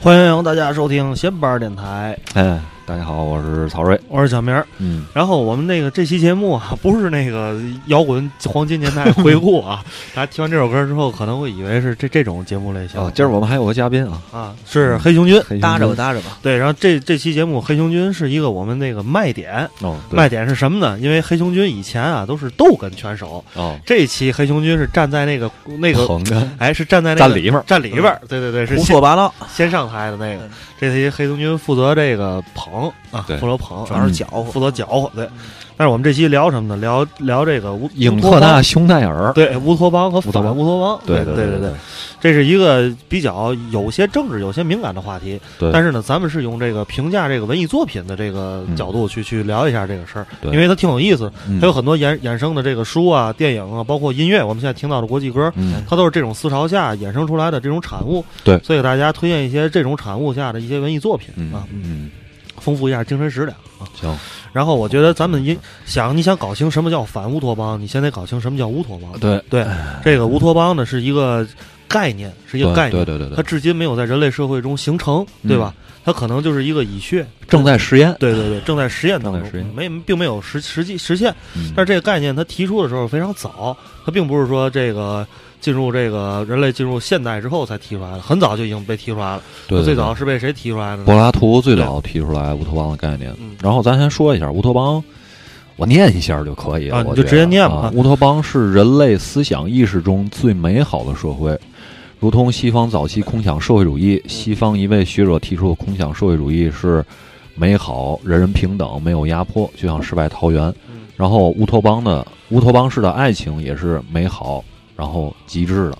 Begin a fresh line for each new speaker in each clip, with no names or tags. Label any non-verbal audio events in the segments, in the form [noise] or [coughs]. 欢迎大家收听闲班电台，
哎，大家好，我是曹睿。
我是小明儿。
嗯，
然后我们那个这期节目啊，不是那个摇滚黄金年代回顾
[laughs]
啊，大家听完这首歌之后可能会以为是这这种节目类型。
哦，今儿我们还有个嘉宾啊，
啊是黑熊军，
黑熊
搭着吧，
君
搭着吧。
对，然后这这期节目黑熊军是一个我们那个卖点，
哦，对
卖点是什么呢？因为黑熊军以前啊都是逗哏拳手，
哦，
这一期黑熊军是站在那个那个，
捧哏
哎是 [laughs] 站在那
站
个
里面嗯儿，
站里边儿，对对对，是
胡
先
说八道，
先上台的那个
嗯。
这期黑熊军负责这个捧啊，
对
负责捧，
主要嗯是搅和。
负责搅和。对，但是我们这期聊什么呢？聊聊这个乌乌
影特
托邦
纳兄奈尔。
对乌托邦和反
乌托邦
乌托邦。对
对
对
对
对，这是一个比较有些政治、有些敏感的话题。
对
但是呢，咱们是用这个评价这个文艺作品的这个
嗯
角度去去聊一下这个事儿，
对
因为它挺有意思，
嗯
它有很多衍衍生的这个书啊、电影啊，包括音乐，我们现在听到的国际歌。
嗯，
它都是这种思潮下衍生出来的这种产物，
对
所以给大家推荐一些这种产物下的一些文艺作品、
嗯
啊，
嗯，
丰富一下精神食粮啊。
行，
然后我觉得咱们因想你想搞清什么叫反乌托邦，你先得搞清什么叫乌托邦。
对
对，这个乌托邦呢是一个概念，是一个
对
概
对
念，
对对嗯
它
对，
至今没有在人类社会中形成，对吧？它可能就是一个蚁穴，
正在实验。
对对对，正在实验当
正在实
中
验，
没并没有实实际实现。
嗯
但是这个概念它提出的时候非常早，它并不是说这个进入这个人类进入现代之后才提出来的，很早就已经被提出来了。
对对
最
对
早是被谁提出来的
柏
呢？
拉图最早提出来乌托邦的概念
嗯，
然后咱先说一下乌托邦，我念一下就可以了，
啊
我
你就
觉
直接
得
念吧
啊乌托邦是人类思想意识中最美好的社会，如同西方早期空想社会主义，西方一位学者提出的空想社会主义是美好、人人平等、没有压迫，就像世外桃源。
嗯
然后乌托邦的乌托邦式的爱情也是美好，然后极致的。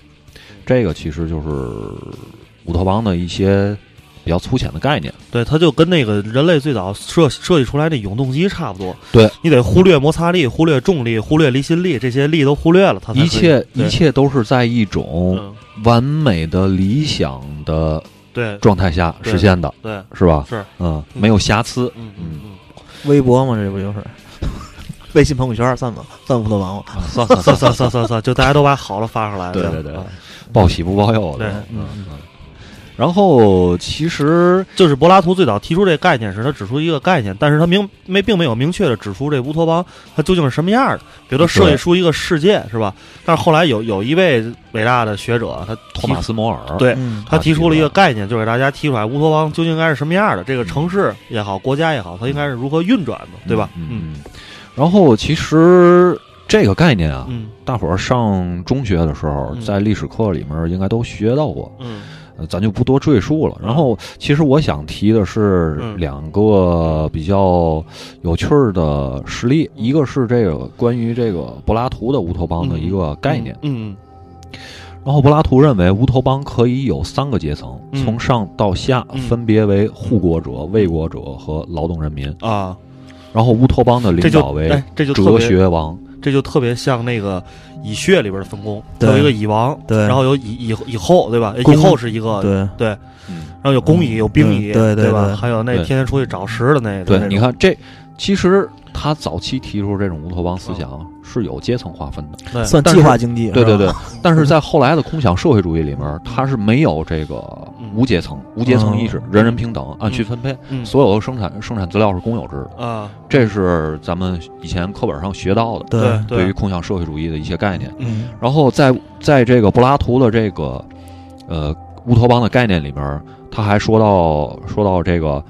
这个其实就是乌托邦的一些比较粗浅的概念。
对，它就跟那个人类最早设设计出来那永动机差不多。
对，
你得忽略摩擦力、忽略重力、忽略离心力，这些力都忽略了，它才可以
一切
对
一切都是在一种
嗯，
完美的理想的
对
状态下
对
实现的，
对，
是吧？
是，
嗯，
嗯
没有瑕疵。
嗯
嗯
嗯
微博嘛，这不 [laughs] 就是？微信朋友圈算吗？算乌托邦吗？
啊算算
嗯，算算算算算，就大家都把好的发出来。
对
这样
对对
啊
报喜不报忧
哎
的。
对
嗯嗯。然后其实
就是柏拉图最早提出这个概念时，他指出一个概念，但是他明没并没有明确的指出这乌托邦它究竟是什么样的，比如他设计
对
出一个世界是吧？但是后来有有一位伟大的学者，他
托
提
马斯摩尔
对
嗯，
他提出了一个
他
概念，就给大家提出来乌托邦究竟应该是什么样的，这个城市也好，国家也好，它应该是如何运转的，对吧？嗯
嗯。嗯然后其实这个概念啊，
嗯
大伙儿上中学的时候，
嗯
在历史课里面应该都学到过，
嗯
呃，咱就不多赘述了。然后，其实我想提的是
嗯
两个比较有趣儿的实例，一个是这个关于这个柏拉图的乌托邦的一个概念。
嗯
然后，柏拉图认为乌托邦可以有三个阶层，
嗯
从上到下
嗯
分别为护国者、卫国者和劳动人民。
嗯啊，
然后，乌托邦的
这
领
就
导为
哎，这就特
哲
别，
学王。
这就特别像那个蚁穴里边的分工，
对
有一个蚁王，
对，
然后有蚁蚁蚁后，对吧？
公
蚁后是一个，
对，
然后有公蚁，有兵蚁，
嗯对对
吧？
对
还有那
对
天天出去找食的那个，那
对，
种
你，看这，其实他早期提出这种乌托邦思想是有阶层划分的，
啊对
算
但
计
是
划经济。
对对
是吧，
对。但是在后来的空想社会主义里面，它是没有这个无阶层、无阶层意识，人人平等，按需分配，
嗯
所有的生产生产资料是公有制的，
啊，
这是咱们以前课本上学到的
对，
对
于空想社会主义的一些概念。
嗯
然后在在这个柏拉图的这个呃乌托邦的概念里面，他还说到说到这个，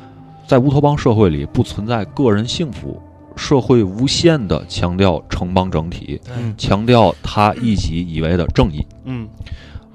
在乌托邦社会里不存在个人幸福，社会无限的强调城邦整体，
嗯
强调他一己以为的正义。
嗯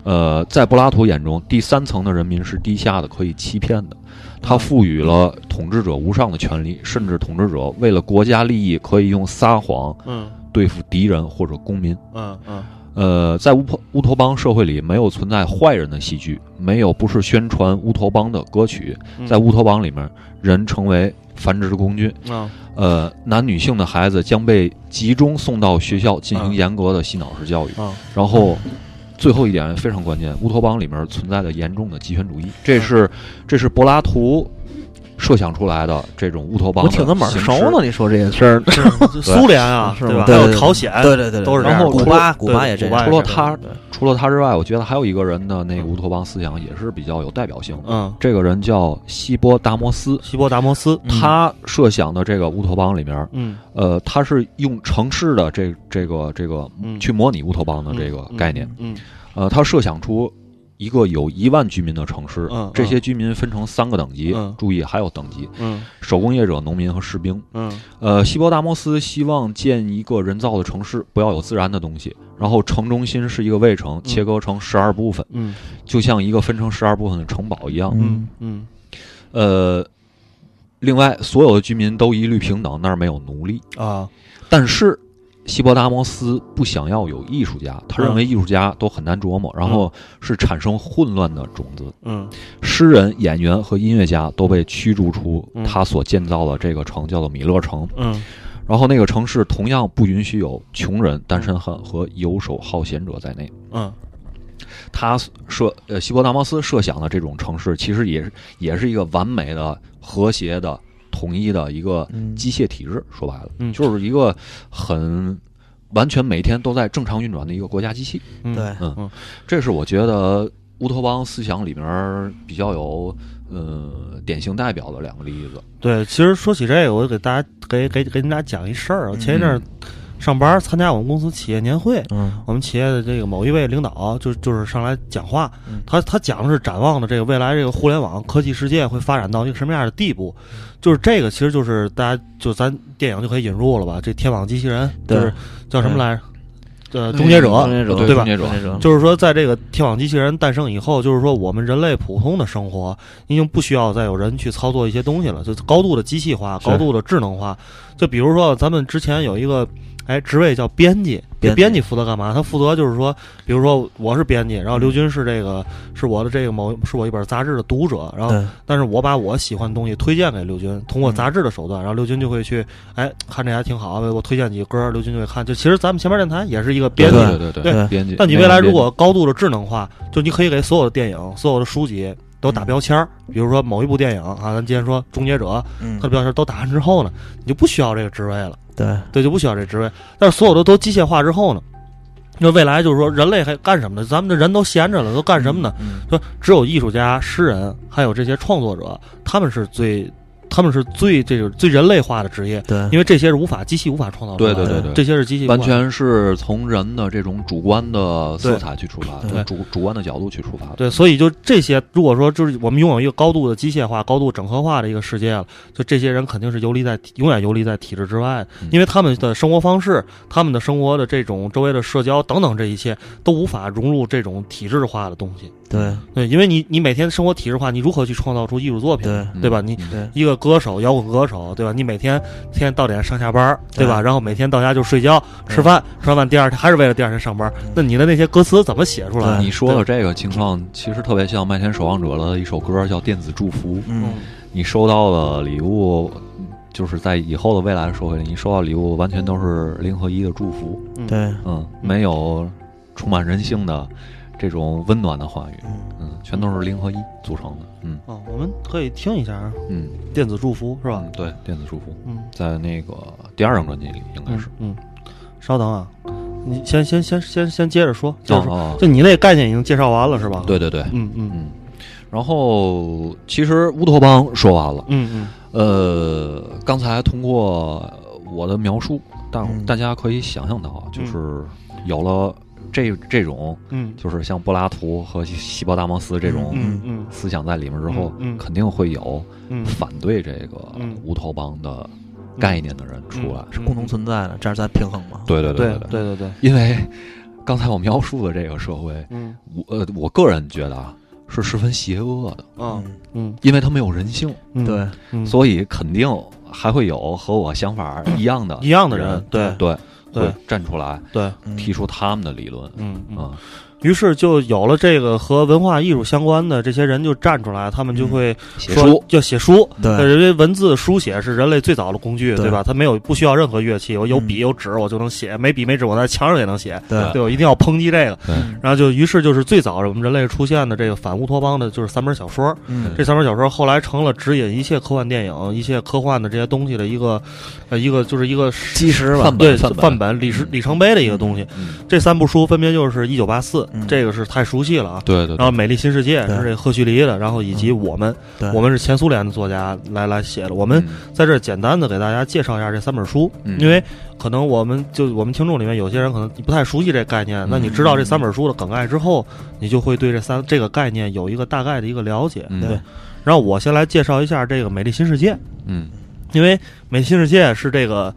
呃，在柏拉图眼中，第三层的人民是低下的，可以欺骗的。他赋予了统治者无上的权利，甚至统治者为了国家利益，可以用撒谎
嗯
对付敌人或者公民。
嗯嗯
呃，在乌托乌托邦社会里，没有存在坏人的戏剧，没有不是宣传乌托邦的歌曲。
嗯，
在乌托邦里面，人成为繁殖的工具。
[laughs]
啊
呃，男女性的孩子将被集中送到学校进行
嗯
严格的洗脑式教育。
啊，
然后，最后一点非常关键，乌托邦里面存在的严重的极权主义，这是这是柏拉图设想出来的这种乌托邦
我
的
挺
形式。
他妈耳熟呢，你说这些
[laughs]
事儿，
是苏联啊，
是吗
吧？还
对
有
对
朝鲜，
对对对，
哎都是这
然
样
后
古
古
巴
巴，
对
古巴也这
古巴
样，
也
除了
是
他，除了他之外，我觉得还有一个人的那个乌托邦思想也是比较有代表性的。
嗯，
这个人叫希波达摩斯，
希波达摩斯，
嗯
他设想的这个乌托邦里面，
嗯
呃，他是用城市的这这个这个
嗯，
去模拟乌托邦的这个
嗯
概念，，
嗯
呃，他设想出一个有一万居民的城市，
嗯
这些居民分成三个等级，
嗯
注意还有等级：
嗯
手工业者、农民和士兵。
嗯
呃，希波达摩斯希望建一个人造的城市，不要有自然的东西。然后城中心是一个卫城，切割成十二部分，
嗯
就像一个分成十二部分的城堡一样。
嗯嗯
呃，另外，所有的居民都一律平等，那儿没有奴隶。
啊，
但是，希伯达摩斯不想要有艺术家，他认为艺术家都很难琢磨，然后是产生混乱的种子。
嗯
诗人、演员和音乐家都被驱逐出
嗯
他所建造的这个城，叫做米勒城。
嗯
然后那个城市同样不允许有穷人、单身汉和游手好闲者在内。
嗯
他设呃，希伯达摩斯设想的这种城市，其实也是也是一个完美的、和谐的、统一的一个
嗯
机械体制。说白了，
嗯
就是一个很完全每天都在正常运转的一个国家机器。
嗯，
对，
这是我觉得乌托邦思想里面比较有呃典型代表的两个例子。
对，其实说起这个，我给大家给给给你俩讲一事儿啊。前一阵儿
嗯
上班参加我们公司企业年会，
嗯
我们企业的这个某一位领导就就是上来讲话
嗯，
他他讲的是展望的这个未来这个互联网科技世界会发展到一个什么样的地步，
嗯
就是这个其实就是大家就咱电影就可以引入了吧，这天网机器人就
对
是叫什么
嗯
来着？呃，终结者，
终结者
对
对吧
终结者
那种，
就是说，在这个天网机器人诞生以后，就是说，我们人类普通的生活已经不需要再有人去操作一些东西了，就高度的机器化、
是
高度的智能化。就比如说，咱们之前有一个哎职位叫编辑，这
编辑
编辑负责干嘛？他负责就是说，比如说我是编辑，然后刘军是这个是我的这个某是我一本杂志的读者，然后
对
但是我把我喜欢的东西推荐给刘军，通过
嗯
杂志的手段，然后刘军就会去，哎，看这还挺好，我推荐几个歌，刘军就会看。就其实咱们前面电台也是一个编辑
对，
对对对
对
编辑。
但你未来如果高度的智能化，就你可以给所有的电影、所有的书籍都打标签儿，
嗯
比如说某一部电影啊，咱今天说《终结者》，它的
嗯，
标签儿都打完之后呢，你就不需要这个职位了，
对，
对，就不需要这职位。但是所有的都机械化之后呢，那未来就是说人类还干什么呢？咱们的人都闲着了，都干什么呢？
嗯？
说只有艺术家、诗人，还有这些创作者，他们是最，他们是最这个最人类化的职业，
嗯，对，
因为这些是无法机器无法创造出来
对
的，
对对对，
这些是机器无法
完全是从人的这种主观的色彩去出发，
对
从主主观的角度去出发的。
对，所以就这些，如果说就是我们拥有一个高度的机械化、高度整合化的一个世界了，就这些人肯定是游离在永远游离在体制之外的
嗯，
因为他们的生活方式、他们的生活的这种周围的社交等等，这一切都无法融入这种体制化的东西。
对，
对，因为你你每天生活体制化，你如何去创造出艺术作品？
对，
嗯
对吧你
嗯
对，
一个歌手，摇滚歌手，对吧？你每天天天到点上下班儿，对吧？
对
然后每天到家就睡觉、吃饭，吃完饭第二天还是为了第二天上班。那你的那些歌词怎么写出来？
嗯对
你说的这个情况，其实特别像麦田守望者的一首歌，叫《电子祝福》。
嗯，
你收到的礼物，就是在以后的未来的社会里，你收到礼物完全都是零和一的祝福，
嗯
对，
嗯，没有充满人性的这种温暖的话语，
嗯，
嗯，全都是零和一组成的，嗯
哦，我们可以听一下啊
嗯，
电子祝福是吧？
嗯对，电子祝福
嗯，
在那个第二张专辑里应该是，
嗯，稍等啊，你先先先先先接着说，接着说，
哦，
就你那概念已经介绍完了是吧？，
对对对，
嗯嗯
嗯，然后其实乌托邦说完了，
嗯嗯
呃，刚才通过我的描述，大、
嗯
大家可以想象到，啊就是有了这这种，
嗯
就是像柏拉图和希希伯达摩斯这种
嗯嗯
思想在里面之后，
嗯嗯
肯定会有
嗯，
反对这个
嗯
乌托邦的概念的人出来。
是
共同存在的，这样咱平衡嘛？
对对
嗯对
对
对对对，
因为刚才我描述的这个社会，
嗯
我呃，我个人觉得啊，是十分邪恶的，
嗯
嗯，
嗯
因为它没有人性。
嗯，
对，
嗯，
所以肯定还会有和我想法一样的
嗯一样的人
人，
对
对
对
会站出来
对，
嗯
提出他们的理论
嗯嗯，
啊，
于是就有了这个和文化艺术相关的这些人就站出来，他们就会
嗯写
说
书，
要写书。那
对
人家文字书写是人类最早的工具，
对
对吧？它没有不需要任何乐器，我有笔
嗯
有纸我就能写，没笔没纸我在墙上也能写。
对
对，我一定要抨击这个。
嗯
然后就于是就是最早我们人类出现的这个反乌托邦的就是三本小说，
嗯
这三本小说后来成了指引一切科幻电影、一切科幻的这些东西的一个，呃，一个就是一个
基石吧
范，本
对
范本
范本里程里程碑的一个东西。
嗯
这三部书分别就是《一九八四
嗯》，
这个是太熟悉了啊。
对
然
对对嗯
后《美丽新世界》
对
是这赫胥黎的，然后以及我们，
对
我们是前苏联的作家来来写的。我
我
们在这儿简单的给大家介绍一下这三本书，
嗯
因为可能我们就我们听众里面有些人可能不太熟悉这概念，那你知道这
嗯
三本书的梗概之后，你就会对这三这个概念有一个大概的一个了解。
对
嗯
然后我先来介绍一下这个《美丽新世界》，
嗯
因为《美丽新世界》是这个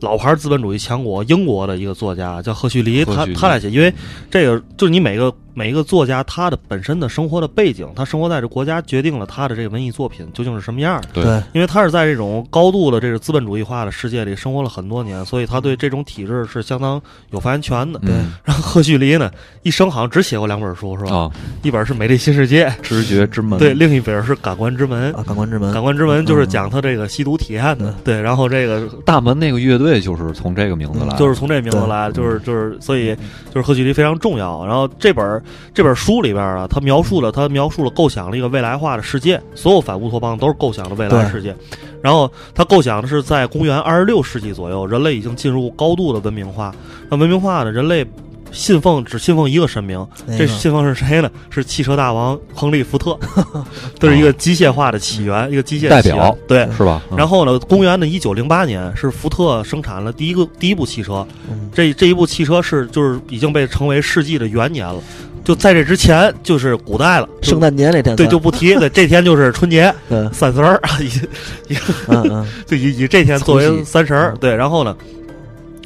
老牌资本主义强国英国的一个作家叫赫胥黎，
赫
他
胥黎
他来写，因为这个就是你每个每一个作家他的本身的生活的背景，他生活在这国家，决定了他的这个文艺作品究竟是什么样的。
对
对
因为他是在这种高度的这个资本主义化的世界里生活了很多年，所以他对这种体制是相当有发言权的。
嗯
然后赫胥黎呢，一生好像只写过两本书，是吧？
啊，
一本是《美丽新世界》，
知觉之门
对，另一本是《感官之门》。
啊，感官
嗯
之门，
感官之门就是讲他这个吸毒体验的，对，然后这个
大门那个乐队就是从这个名字来的，
嗯就是从这名字来，就是就是，所以就是赫胥黎非常重要。然后这本这本书里边啊，他描述了他描述了构想了一个未来化的世界，所有反乌托邦都是构想的未来
对
世界。然后他构想的是在公元二十六世纪左右，人类已经进入高度的文明化。那文明化呢，人类信奉只信奉一个神明，
哎
那
这
个
信奉是谁呢？是汽车大王亨利·福
[laughs]
特，这是一个机械化的起源，一个机械
哦代
起源
表
对。
是吧？嗯
然后呢，公元的一九零八年是福特生产了第一个第一部汽车，
嗯
这这一部汽车是就是已经被称为世纪的元年了。就在这之前，就是古代了，就
圣诞节那天
对就不
[laughs]
提，对这天就是春节
对，
三十儿， [laughs] 以
嗯嗯
[laughs] 就以以这天作
除
为
夕
三十儿
嗯。
对，然后呢，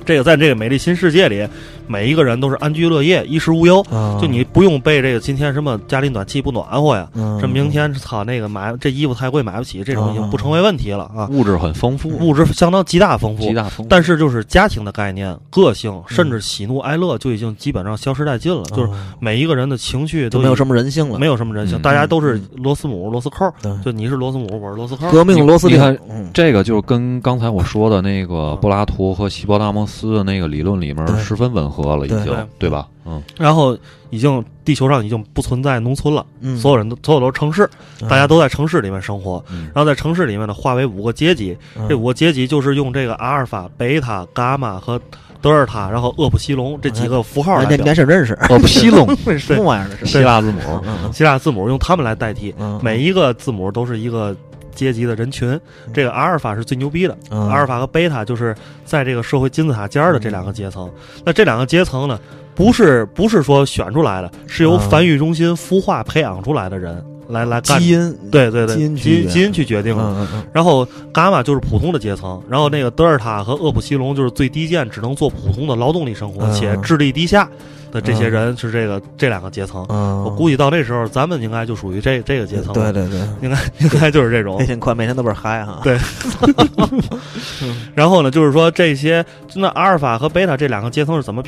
这个在这个美丽新世界里，每一个人都是安居乐业，衣食无忧，
啊，
就你不用被这个今天什么家里暖气不暖和呀，
嗯
这明天操那个买这衣服太贵买不起，这种已经不成为问题了啊，
嗯物质很丰富，
物质相当极大丰富
极。大丰富，
但是就是家庭的概念、个性，甚至喜怒哀乐就已经基本上消失殆尽了。就是
嗯
每一个人的情绪
就
都
没有
已
什么嗯人性了，
没有什么人性，
嗯
大家都是螺丝母、螺丝扣。
对
就你是螺丝母，我是螺丝扣。
革命螺丝钉
你看，
嗯
这个就是跟刚才我说的那个
嗯
柏拉图和希波拉摩斯的那个理论里面
对
十分吻合了，已
对
对
经对吧？嗯，
然后已经地球上已经不存在农村了，
嗯，
所有人都所有都是城市，大家都在城市里面生活。
嗯
然后在城市里面呢，划为五个阶级，
嗯
这五个阶级就是用这个阿尔法、贝塔、伽马和德尔塔，然后厄普西龙这几个符号来
哎那
表
你还
示。
是认识，
哦，
[laughs]
西隆
什么玩意儿这是？
希腊字母，
嗯嗯
希腊字母用它们来代替，
嗯，
每一个字母都是一个阶级的人群。
嗯
这个阿尔法是最牛逼的，阿
阿
尔法和贝塔就是在这个社会金字塔尖儿的这两个阶层。
嗯
那这两个阶层呢，不是不是说选出来的，是由
嗯
繁育中心孵化培养出来的人来来干。
基因，
对对对，
基
基
因
因
区别
基因去决定的。
嗯嗯
然后伽马就是普通的阶层，然后那个德尔塔和厄普西龙就是最低贱，只能做普通的劳动力生活
嗯
且智力低下的这些人是这个这两个阶层。
嗯，
我估计到那时候，咱们应该就属于这这个阶层
对
了，
对对，
应该就是这种
那。天快，每天都倍儿嗨哈，
对然后呢，就是说这些那阿尔法和贝塔这两个阶层是怎么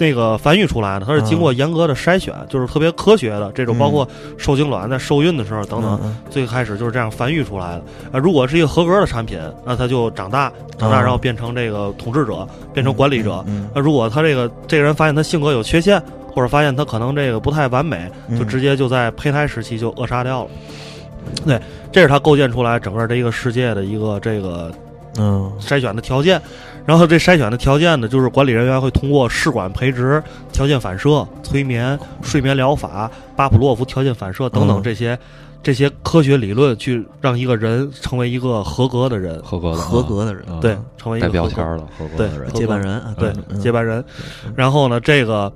那个繁育出来的？它是经过严格的筛选，就是特别科学的这种，
嗯
包括受精卵在受孕的时候等等，
嗯，
最开始就是这样繁育出来的。啊，如果是一个合格的产品，那它就长大，长大
嗯
然后变成这个统治者，变
变
成管理者。
嗯，
那如果他这个这个人发现他性格有缺陷，或者发现他可能这个不太完美，
嗯
就直接就在胚胎时期就扼杀掉了。对，这是他构建出来整个这一个世界的一个这个
嗯
筛选的条件。然后这筛选的条件呢，就是管理人员会通过试管培植、条件反射、催眠、睡眠疗法、巴甫洛夫条件反射等等
嗯
这些、这些科学理论，去让一个人成为一个合格的人，
合格的，
合格的人，
嗯
对，成为一
带
个
标
合
签
格
儿的合格的人，
接班人，啊
对
嗯
接班人
嗯。
然后呢，这个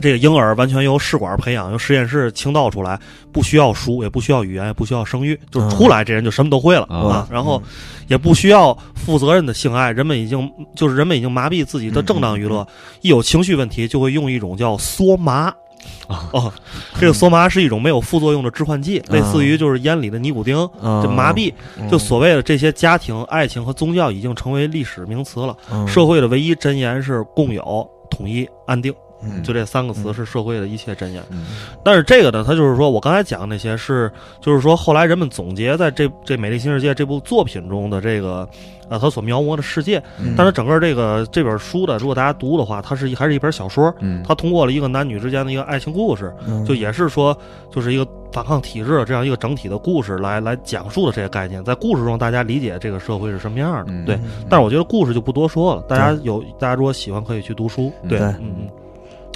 这个婴儿完全由试管培养，由实验室倾倒出来，不需要书，也不需要语言，也不需要声乐，就是
嗯
出来这人就什么都会了
啊
啊。然后也不需要负责任的性爱，人们已经就是人们已经麻痹自己的正当娱
嗯
乐，一有情绪问题就会用一种叫缩麻。
啊
哦，这个缩麻是一种没有副作用的致幻剂，类似于就是烟里的尼古丁，
嗯
就麻痹。
啊嗯
就所谓的这些家庭、爱情和宗教已经成为历史名词了。
嗯
社会的唯一箴言是共有、统一、安定。
嗯
就这三个词是社会的一切箴言。
嗯
但是这个呢，它就是说我刚才讲的那些是，就是说后来人们总结在这这《美丽新世界》这部作品中的这个呃，它所描摹的世界。
嗯
但是整个这个这本书的，如果大家读的话，它是一还是一本小说，
嗯，
它通过了一个男女之间的一个爱情故事，
嗯
就也是说，就是一个反抗体制的这样一个整体的故事来来讲述的这些概念，在故事中大家理解这个社会是什么样的，
嗯
对。但是我觉得故事就不多说了，大家有大家如果喜欢可以去读书，
嗯
对，
对
嗯嗯，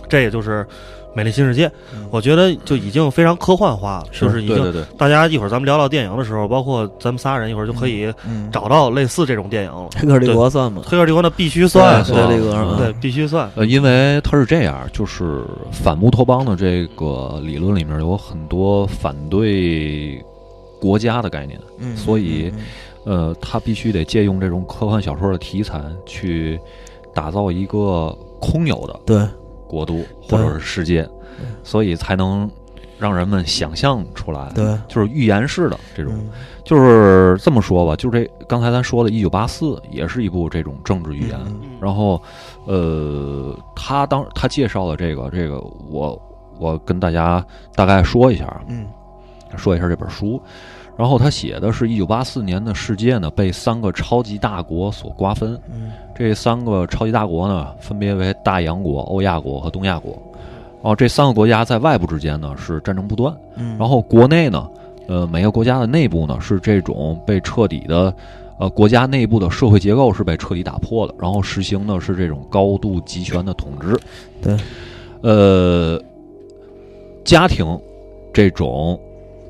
这也就是《美丽新世界》
嗯，
我觉得就已经非常科幻化了，就是已
对对
经
对，
大家一会儿咱们聊到电影的时候，包括咱们仨人一会儿就可以
嗯
找到类似这种电影了，
黑客帝国算吗
《？黑客帝国》那必须算，
黑
对
对
客
对
帝国啊
嗯
对，必须算，
呃，因为它是这样，就是反乌托邦的这个理论里面有很多反对国家的概念，
嗯
所以
嗯嗯
呃，它必须得借用这种科幻小说的题材去打造一个空有的
对
国度或者是世界，所以才能让人们想象出来，
对
就是预言式的这
这
嗯
种。就是这么说吧，就是这刚才咱说的《一九八四》也是一部这种政治预
嗯
言。嗯然后，呃，他当他介绍的这个这个，我我跟大家大概说一下，啊
嗯
说一下这本书。然后他写的是一九八四年的世界呢，被三个超级大国所瓜分。
嗯
这三个超级大国呢，分别为大洋国、欧亚国和东亚国。哦，这三个国家在外部之间呢是战争不断，
嗯，
然后国内呢，呃，每个国家的内部呢是这种被彻底的，呃，国家内部的社会结构是被彻底打破的，然后实行的是这种高度集权的统治。
对，
呃，家庭这种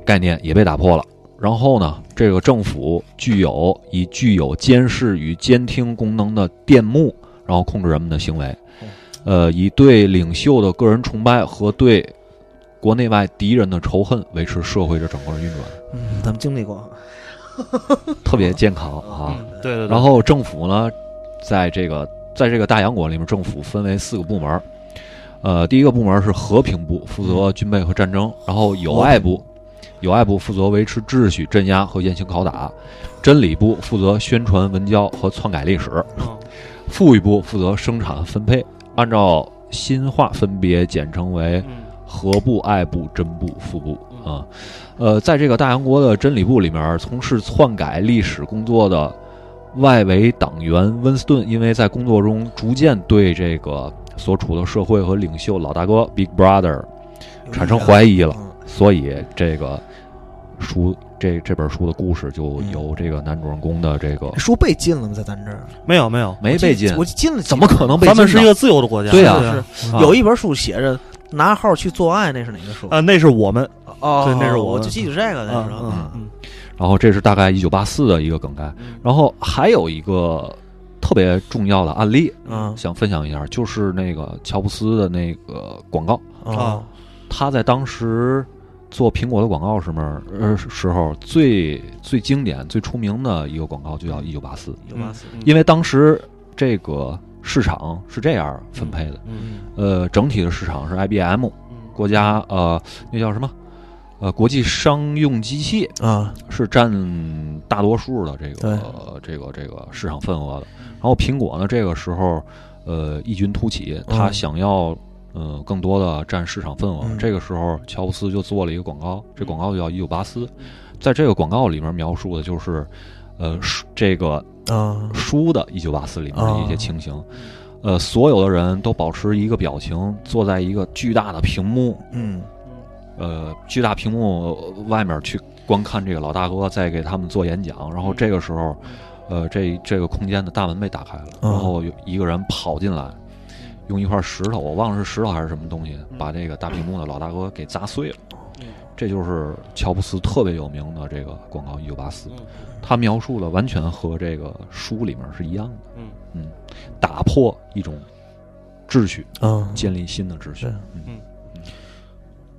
概念也被打破了。然后呢，这个政府具有以具有监视与监听功能的电幕，然后控制人们的行为。呃，以对领袖的个人崇拜和对国内外敌人的仇恨维持社会的整个运
[laughs]
转，
嗯咱们经历过，
特别健康啊。
嗯，对对对，
然后政府呢，在这个在这个大洋国里面，政府分为四个部门儿。呃，第一个部门是和平部，负责军备和战
嗯
争；然后友爱部，友爱部负责维持秩序、镇压和严刑拷打；真理部负责宣传文教和篡改历史；
嗯
富裕部负责生产和分配。按照新化分别简称为
嗯
和部、爱部、真部、副部哎啊。呃，在这个大洋国的真理部里面，从事篡改历史工作的外围党员温斯顿，因为在工作中逐渐对这个所处的社会和领袖老大哥 Big Brother 产生怀疑了，哦
嗯
所以这个书这这本书的故事就
嗯
由这个男主人公的这个
哎书被禁了吗？在咱这儿
嗯没有没有，
没被禁，
我进了几
怎么可能被禁
咱
呢？
们是一个自由的国家，
对呀
对啊
是
啊
有一本书写着拿号去做爱，那是哪个书？
啊，那是我们，
哦
对那是我
我就记得
哎
这个那时候。
啊
嗯嗯
然后这是大概一九八四的一个梗概，
嗯，
然后还有一个特别重要的案例，
嗯
想分享一下，就是那个乔布斯的那个广告，
啊
哦，
他在当时做苹果的广告时面，呃时候最最经典、最出名的一个广告就叫一九八四，
有吧？
嗯
因为当时这个市场是这样分配的，
嗯
嗯
呃，整体的市场是 IBM
嗯
国家呃那叫什么呃国际商用机械
嗯
啊，
是占大多数的这
对
个这个这个市场份额的。然后苹果呢，这个时候呃异军突起，
嗯
它想要呃更多的占市场份额。
嗯
这个时候，乔布斯就做了一个广告，这广告就叫《一九八四》
嗯。
在这个广告里面描述的就是呃书这个
啊，
书的《一九八四》里面的一些
哦
情形。呃，所有的人都保持一个表情，坐在一个巨大的屏幕
嗯
呃巨大屏幕呃外面去观看这个老大哥在给他们做演讲，然后这个时候，呃，这这个空间的大门被打开了，
嗯
然后有一个人跑进来，用一块石头，我忘了是石头还是什么东西，把这个大屏幕的老大哥给砸碎了
嗯。
这就是乔布斯特别有名的这个广告《一九八四》，
嗯
他描述的完全和这个书里面是一样的，
嗯
打破一种秩序，
嗯
啊，
嗯建立新的秩序
对。
嗯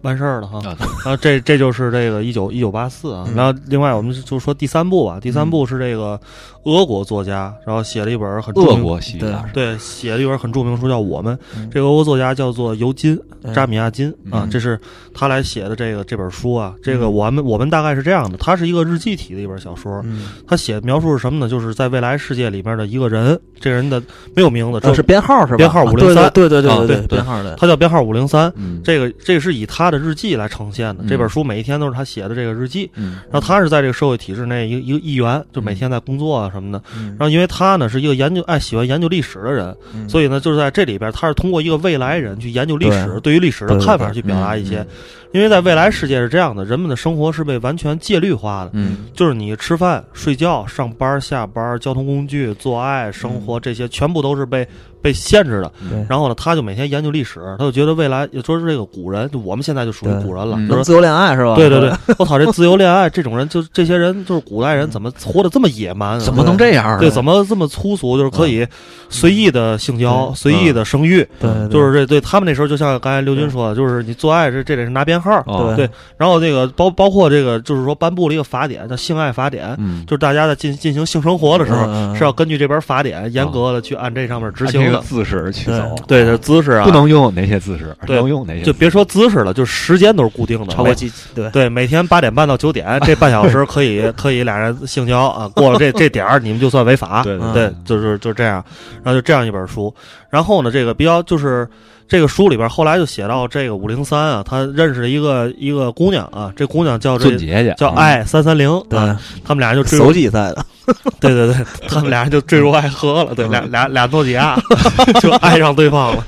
完事儿了哈。
啊
然后这这就是这个一九一九八四啊。
嗯
然后另外我们就说第三部吧，啊第三部是这个俄国作家，然后写了一本很著
俄
名
国戏
对
对，写了一本很著名书叫《我们》，
嗯
这个俄国作家叫做尤金
嗯
扎米亚金啊
嗯，
这是他来写的这个这本书啊。这个
嗯
我们我们大概是这样的，它是一个日记体的一本小说，
嗯，
他写描述是什么呢？就是在未来世界里面的一个人，这个人的没有名字，
这
这
是哦编号是吧？
编号
啊
503
对对对
啊
对
对对
编号的。
他叫编号五零三。
嗯
这个这是以他的日记来呈现的，
嗯
这本书每一天都是他写的这个日记。
嗯
然后他是在这个社会体制内一个一个一员，就每天在工作啊什么的。
然
然后因为他呢是一个研究爱喜欢研究历史的人，
嗯
所以呢就是在这里边他是通过一个未来人去研究历史，对于嗯历史的看法去表达一些。因为在未来世界是这样的，人们的生活是被完全戒律化的。
嗯
就是你吃饭、睡觉、上班、下班、交通工具、做爱、生活这些，全部都是被被限制的。
对
然后呢，他就每天研究历史，他就觉得未来，也说是这个古人，就我们现在就属于
对
古人了
嗯。
就
能
是
自由恋爱是吧？
对对
[laughs]
对，我操，这自由恋爱这种人，就是这些人，就是古代人，怎么活得这么野蛮啊？
怎么能这样呢？嗯
对，怎么这么粗俗？就是可以随意的性交，
嗯
随意的生育，
对对，
就是这对他们那时候，就像刚才刘军说的，就是你做爱这这得是拿编号，
哦
啊对然后这个包包括这个就是说颁布了一个法典叫《性爱法典》，
嗯，
就是大家在进进行性生活的时候，
嗯嗯
是要根据这本法典严格的去按这上面执
哦按
行
这个
的。
姿势去
对
走，
对，这姿势啊，
不能拥有哪些姿势，
对
能用哪些
就
姿势？
别说姿势了，就是时间都是固定的，
超过
每
几对
对，每天八点半到九点，这半小时可
[laughs]
以可以俩人性交啊，过了这这点儿你们就算违法。
对
嗯
对，就是就这样，然后就这样一本书。然后呢，这个比较就是这个书里边后来就写到这个五零三啊，他认识了一个一个姑娘啊，这姑娘叫这
俊杰去
叫
啊
爱三三零，啊，
嗯对，
他们俩就坠入
手机赛的，
[laughs] 对对
[laughs]
对，他们俩人就坠入爱河了，对，
嗯
俩俩俩诺基
[laughs]
亚 [laughs] 就爱上对方了，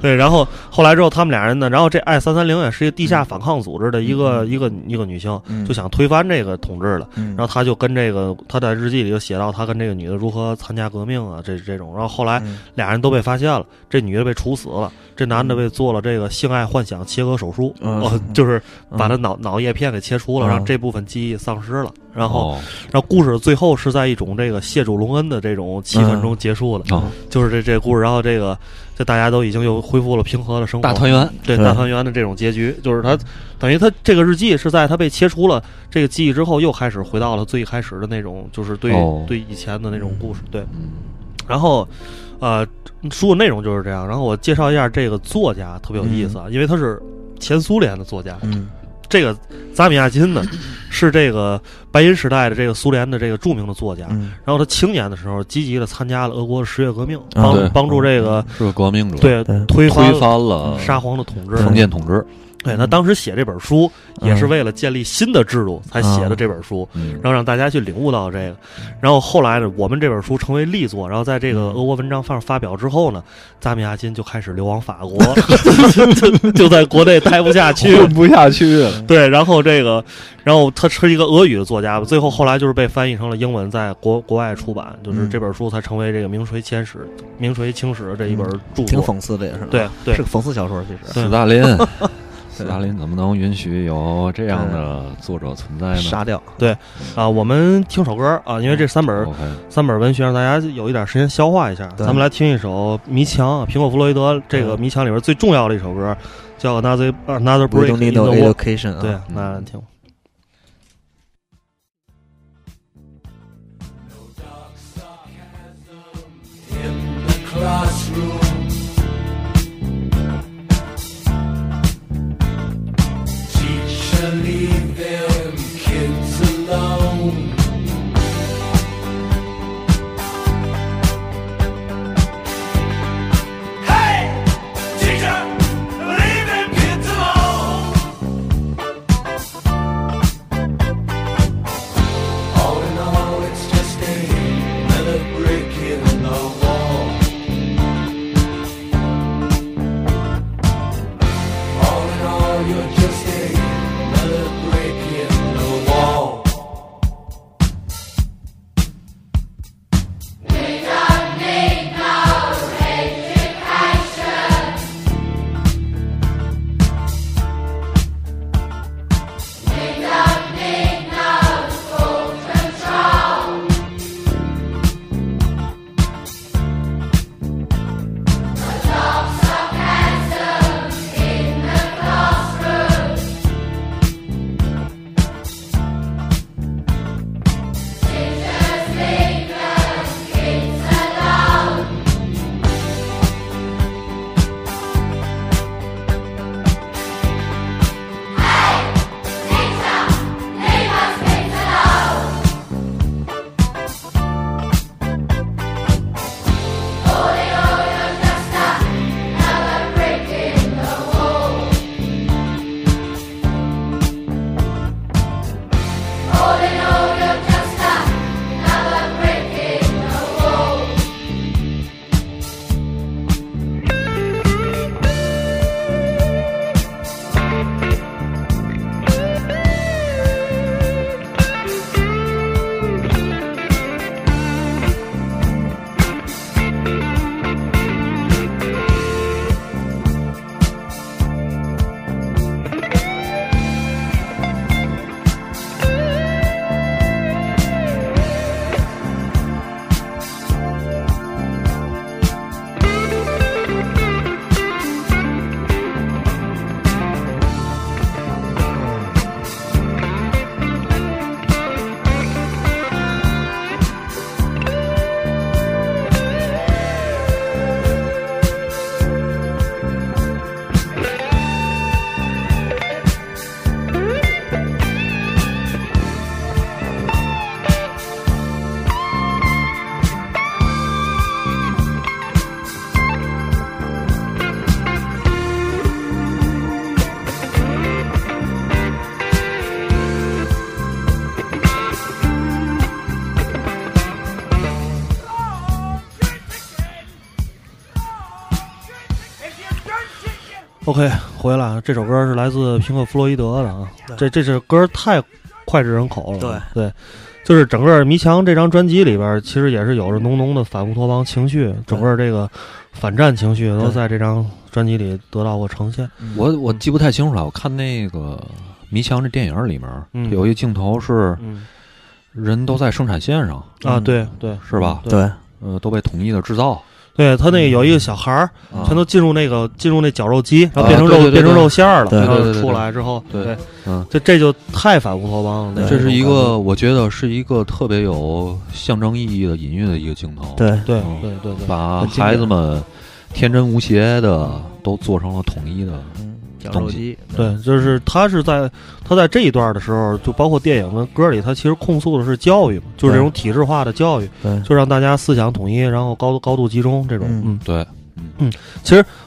对，然后后来之后他们俩人呢，然后这爱三三零也是一个地下反抗组织的一个、
嗯
一个一个女性，
嗯
就想推翻这个统治了。
然
然后他就跟这个，他在日记里就写到他跟这个女的如何参加革命啊，这这种。然后后来
嗯
俩人都被发现了，这女的被处死了，这男的被做了这个性爱幻想切割手术，
嗯
哦， [laughs] 就是
嗯
把他脑脑叶片给切除了，
嗯
让这部分记忆丧失了。然后
哦
然后故事最后是在一种这个谢主隆恩的这种气氛中结束的，
哦，
就是这这故事，然后这个就大家都已经又恢复了平和的生活，
大团圆
对
对
大团圆的这种结局，就是他等于他这个日记是在他被切除了这个记忆之后，又开始回到了最开始的那种，就是对、
哦
对以前的那种故事，对，
嗯
然后。呃，书的内容就是这样。然后我介绍一下这个作家，特别有意思
嗯
啊，因为他是前苏联的作家，
嗯
这个扎米亚金呢，是这个白银时代的这个苏联的这个著名的作家。
嗯
然后他青年的时候，积极的参加了俄国的十月革命，帮、
啊对
帮助这个
是个革命者，，
对
对
推
推
翻嗯
翻了
沙皇的统治。
封建统治，
对他当时写这本书，也是为了建立新的制度才写的这本书，
嗯
然后让大家去领悟到这个。然后后来呢，我们这本书成为力作，然后在这个俄国文章上发表之后呢，扎米亚金就开始流亡法国，就就就在国内待不下去了。
[laughs] 混不下去了。
对，然后这个，然后他是一个俄语的作家吧，最后后来就是被翻译成了英文，在国国外出版，就是
嗯
这本书才成为这个名垂千史、名垂青史这一本著
嗯挺
作。
讽刺的也是，
对，对
是个讽刺小说，其实
对
斯
[laughs]
大林，斯大林怎么能允许有这样的作者存在呢
杀掉，
啊，我们听首歌啊，因为这三本、
？OK，
三本文学让大家有一点时间消化一下，
嗯对
咱们来听一首《迷墙》，啊苹果弗洛伊德这个《
嗯
迷墙》里边最重要的一首歌，叫《Another Another
We
Break
don't
in
need
the
no
Wall》。
education，啊
对，那听。
in the classroom. Teacher, leave them kids alone. Hey, teacher, leave them kids alone. All in all, it's just a another brick in the wall. Oh,
OK，回来，这首歌是来自平克·弗洛伊德的啊
对。
这这首歌太脍炙人口了。啊
对
对，就是整个《迷墙》这张专辑里边，其实也是有着浓浓的反乌托邦情绪，整个这个反战情绪都
对
在这张专辑里得到过呈现。
我我记不太清楚了，我看那个《迷墙》这电影里面、
嗯
有一个镜头是
嗯
人都在生产线上，
啊，
嗯
对对
是吧？
对，
呃，都被统一的制造，
对，他那个有一个小孩儿，
啊
全都进入那个进入那绞肉机，然后变成
啊
肉
对对对
变成
对
肉馅儿了，
对
然
对
后
对对
出来之后，
对
对，
嗯，
这这就太反乌托邦了。
这是一
种感觉
个我觉得是一个特别有象征意义的隐喻的一个镜头，，
对
对
嗯
对对对，
把
很经典
孩子们天真无邪的都做成了统一的，
嗯，绞
东
肉
西
机，
对，就是他是在他在这一段的时候，就包括电影跟歌里，他其实控诉的是教育嘛，就是这种体制化的教育，
对，
就让大家思想统一，然后高高度集中这种。
嗯
嗯，
对，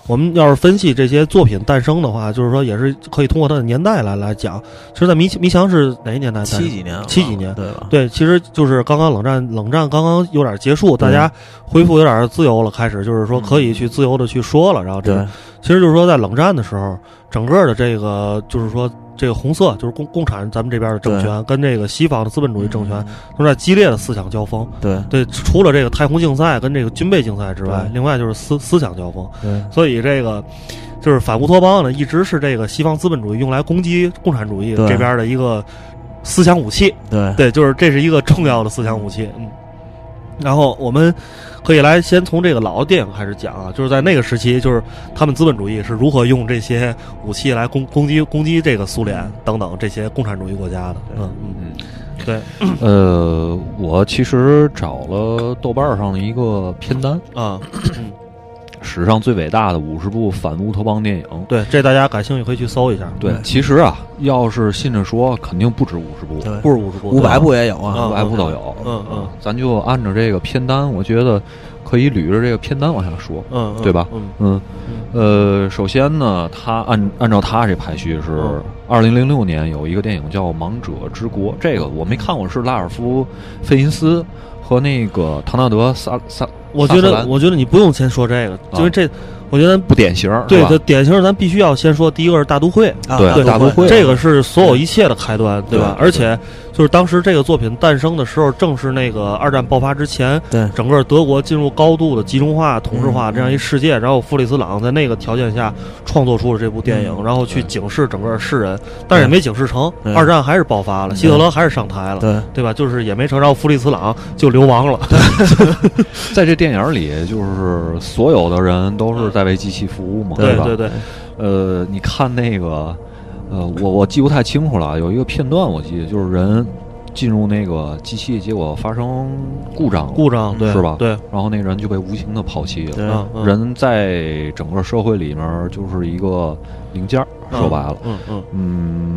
我们要是分析这些作品诞生的话，就是说也是可以通过它的年代来来讲。其实，在迷迷墙是哪一年代诞生？
七几年了，
七几年
对吧？
对，其实就是刚刚冷战，冷战刚刚有点结束，大家恢复有点自由了，开始就是说可以去自由的去说了，然后这
嗯对，
其实就是说，在冷战的时候，整个的这个就是说，这个红色就是共共产咱们这边的政权，跟这个西方的资本主义政
嗯
权都在激烈的思想交锋。
对
对，除了这个太空竞赛跟这个军备竞赛之外
对，
另外就是思思想交锋。
对
所以这个就是反乌托邦呢，一直是这个西方资本主义用来攻击共产主义
对
这边的一个思想武器。[laughs]
对
对，就是这是一个重要的思想武器。嗯，然后我们可以来先从这个老的电影开始讲啊，就是在那个时期，就是他们资本主义是如何用这些武器来攻攻击攻击这个苏联等等这些共产主义国家的。嗯嗯，对
呃，我其实找了豆瓣上的一个片单，
啊，
史上最伟大的五十部反乌托邦电影。
对，这大家感兴趣可以去搜一下。
对，其实啊，要是信着说，肯定不止五十部，
对
不是五十部，
五百部也有
啊
啊，
五百部都有。
嗯嗯
咱就按照这个片单，我觉得可以捋着这个片单往下说。
嗯，嗯
对吧
嗯
嗯，呃，首先呢，他按按照他这排序是
嗯
二零零六年有一个电影叫《盲者之国》，这个我没看过，是拉尔夫·费因斯和那个唐纳德·萨萨，
我觉
萨斯
得
兰
我觉得你不用先说这个，因为这我觉得咱
不典型，
对
是吧
的典型，咱必须要先说第一个是大都会。
啊
对
大
都会
这个是所有一切的开端，对吧？
对
而且就是当时这个作品诞生的时候，正是那个二战爆发之前，
对
整个德国进入高度的集中化、同质化
嗯
这样一世界。然后弗里斯朗在那个条件下创作出了这部电影，
嗯
然后去警示整个世人，但是也没警示成
对，
二战还是爆发了，
嗯
希特勒还是上台了。
对
对吧？就是也没成，然后弗里斯朗就流亡了。
在这电影里，就是所有的人都是在为机器服务嘛，
对
吧？
对对，
呃，你看那个，呃，我我记不太清楚了，有一个片段我记得，就是人进入那个机器，结果发生故障了，
故障对
是吧
对，
然后那人就被无情的抛弃了。
对
嗯，嗯
人在整个社会里面就是一个零件儿，
嗯
说白了，
嗯嗯，
嗯，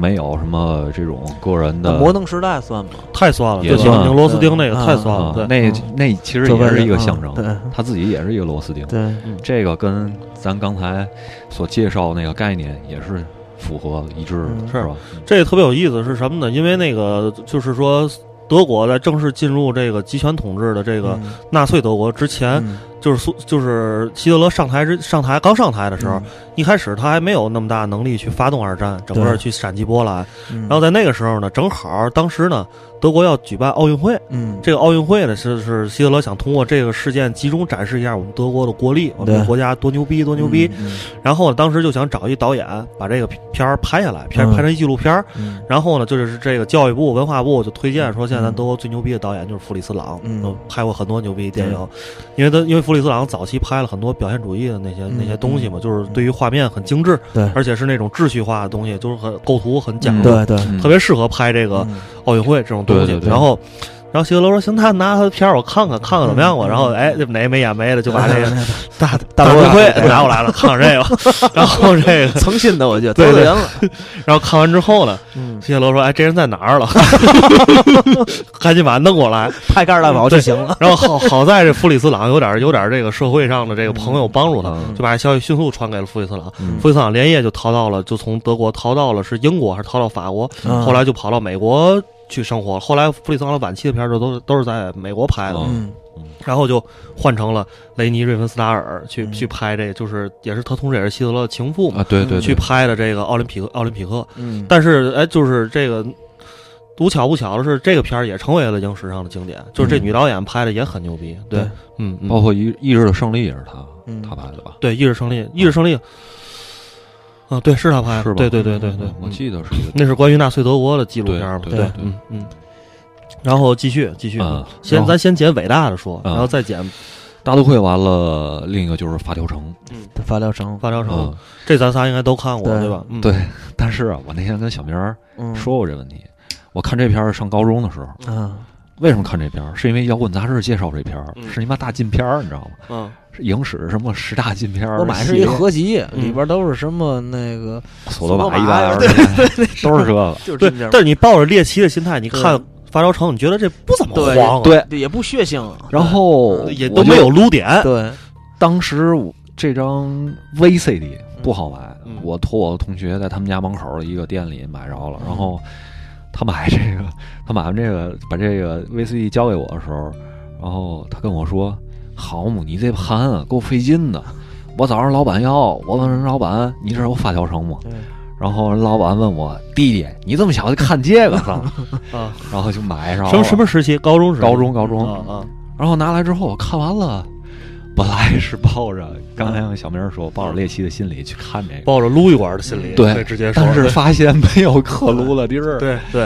没有什么这种个人的
那摩登时代算吗？
太酸了，
也
对，
算
拧螺丝钉那个
对
太酸了，
啊
对，
那
嗯
那其实也是一
嗯
个象征，
对
他自己也是一个螺丝钉。
对
这个跟咱刚才所介绍那个概念也是符合一致的，
嗯
是吧？
这也特别有意思是什么呢？因为那个就是说，德国在正式进入这个集权统治的这
这哎
个纳粹德国之
嗯
前，就是苏就是希特勒上台之上台刚上台的时候，一开始他还没有那么大能力去发动二战，整个
嗯对嗯
去闪击波兰。
然
然后在那个时候呢，正好当时呢，德国要举办奥运会，
嗯
这个奥运会呢是是希特勒想通过这个事件集中展示一下我们德国的国力，我们
对嗯
国家多牛逼多牛逼。然后呢，当时就想找一导演把这个片儿拍下来，片儿
嗯
拍成一纪录片儿。
嗯
然后呢，就是这个教育部、文化部就推荐说，现在咱德国最牛逼的导演就是弗里斯朗，
嗯
拍过很多牛逼的电影，因为他因为弗里斯朗早期拍了很多表现主义的那些、
嗯
那些东西嘛，就是对于画面很精致，
对
而且是那种秩序化的东西，就是很构图很讲究，
对对
嗯
特别适合拍这个
嗯
奥运会这种东西。
对对对
然后。然后希特勒说：“行，他拿他的片儿我看看，看看怎么样吧。
嗯
然后哎，哪也没眼没的就把这
哎
个
[laughs]
大
大
大
都
都
会
会拿过来了，看看这个。然后这个，
诚信的，我觉 [laughs] 得
对
得罪
对
人了。
然后看完之后呢，
嗯，
谢罗说：“哎，这人在哪儿了？ [laughs] 赶紧把他弄过来。
拍盖儿大宝就行了。”
然后好好在这弗里斯朗有点有点这个社会上的这个朋友帮助他，
嗯
就把消息迅速传给了弗里斯朗。
嗯
弗里斯朗连夜就逃到了，就从德国逃到了是英国还是逃到法国，
嗯
后来就跑到美国去生活。后来弗里斯王的晚期的片儿就都是都是在美国拍的，
哦
嗯
然后就换成了雷尼·瑞文斯达尔去、
嗯
去拍这个，就是也是他同时也是希特勒的情妇嘛，
啊，对对
去
对，
拍的这个奥林匹克奥林匹克。
嗯，
但是哎，就是这个。无巧不巧的是，这个片儿也成为了影史上的经典。就是这女导演拍的也很牛逼，对
对，
嗯，嗯
包括一意志的胜利也是他
嗯
他拍的吧？
对，意志胜利，意志胜利，啊，对，是他拍的，
是吧
对对对对对，
嗯我
嗯
记得是一个
那是关于纳粹德国的纪录片嘛，
对
对
对
嗯嗯。然后继续继续，
嗯然
先
后
咱先捡伟大的说，
嗯
然后再捡
大都会，完了另一个就是发条城
发条城，
发条城
啊，，
这咱仨应该都看过
对
对吧？嗯
对但是啊，我那天跟小明儿
嗯
说过这问题。我看这片儿上高中的时候，
啊，
为什么看这片儿？是因为摇滚杂志介绍这片儿，
嗯
是你妈大禁片儿，你知道吗？
嗯
是影史什么十大禁片儿，
我买的是一合集，
嗯
里边都是什么那个，
索多
索多
玛
玛
一百二十
对
年，都是这
[laughs]
个。
就是
对
这片，
但是你抱着猎奇的心态，你看
对
发条城，你觉得这不怎么
对
黄啊，
对，
对，也不血腥，啊哎
然后
呃
也
我
都
就
没有撸点，
对，
当时我这张 VCD 不好买，
嗯
我托我同学在他们家门口的一个店里买着了，然后他买这个， [laughs] 他买完这个，把这个 VCD 交给我的时候，然后他跟我说：“好嘛，你这盘啊够费劲的。” [laughs] 我找人老板要，我问人老板：“你这有发条城吗
对？”
然后人老板问我：“弟弟，你这么小就看这个了 [laughs]
啊？”
然后就买上了。
什么什么时期？高中时期？
高中高中
啊啊，
然后拿来之后我看完了，本来是抱着刚才像小明儿说抱着猎奇的心理去看这个，
抱着撸一管的心理，
对
可以直接说，
但是发现没有可撸的地儿，
对对，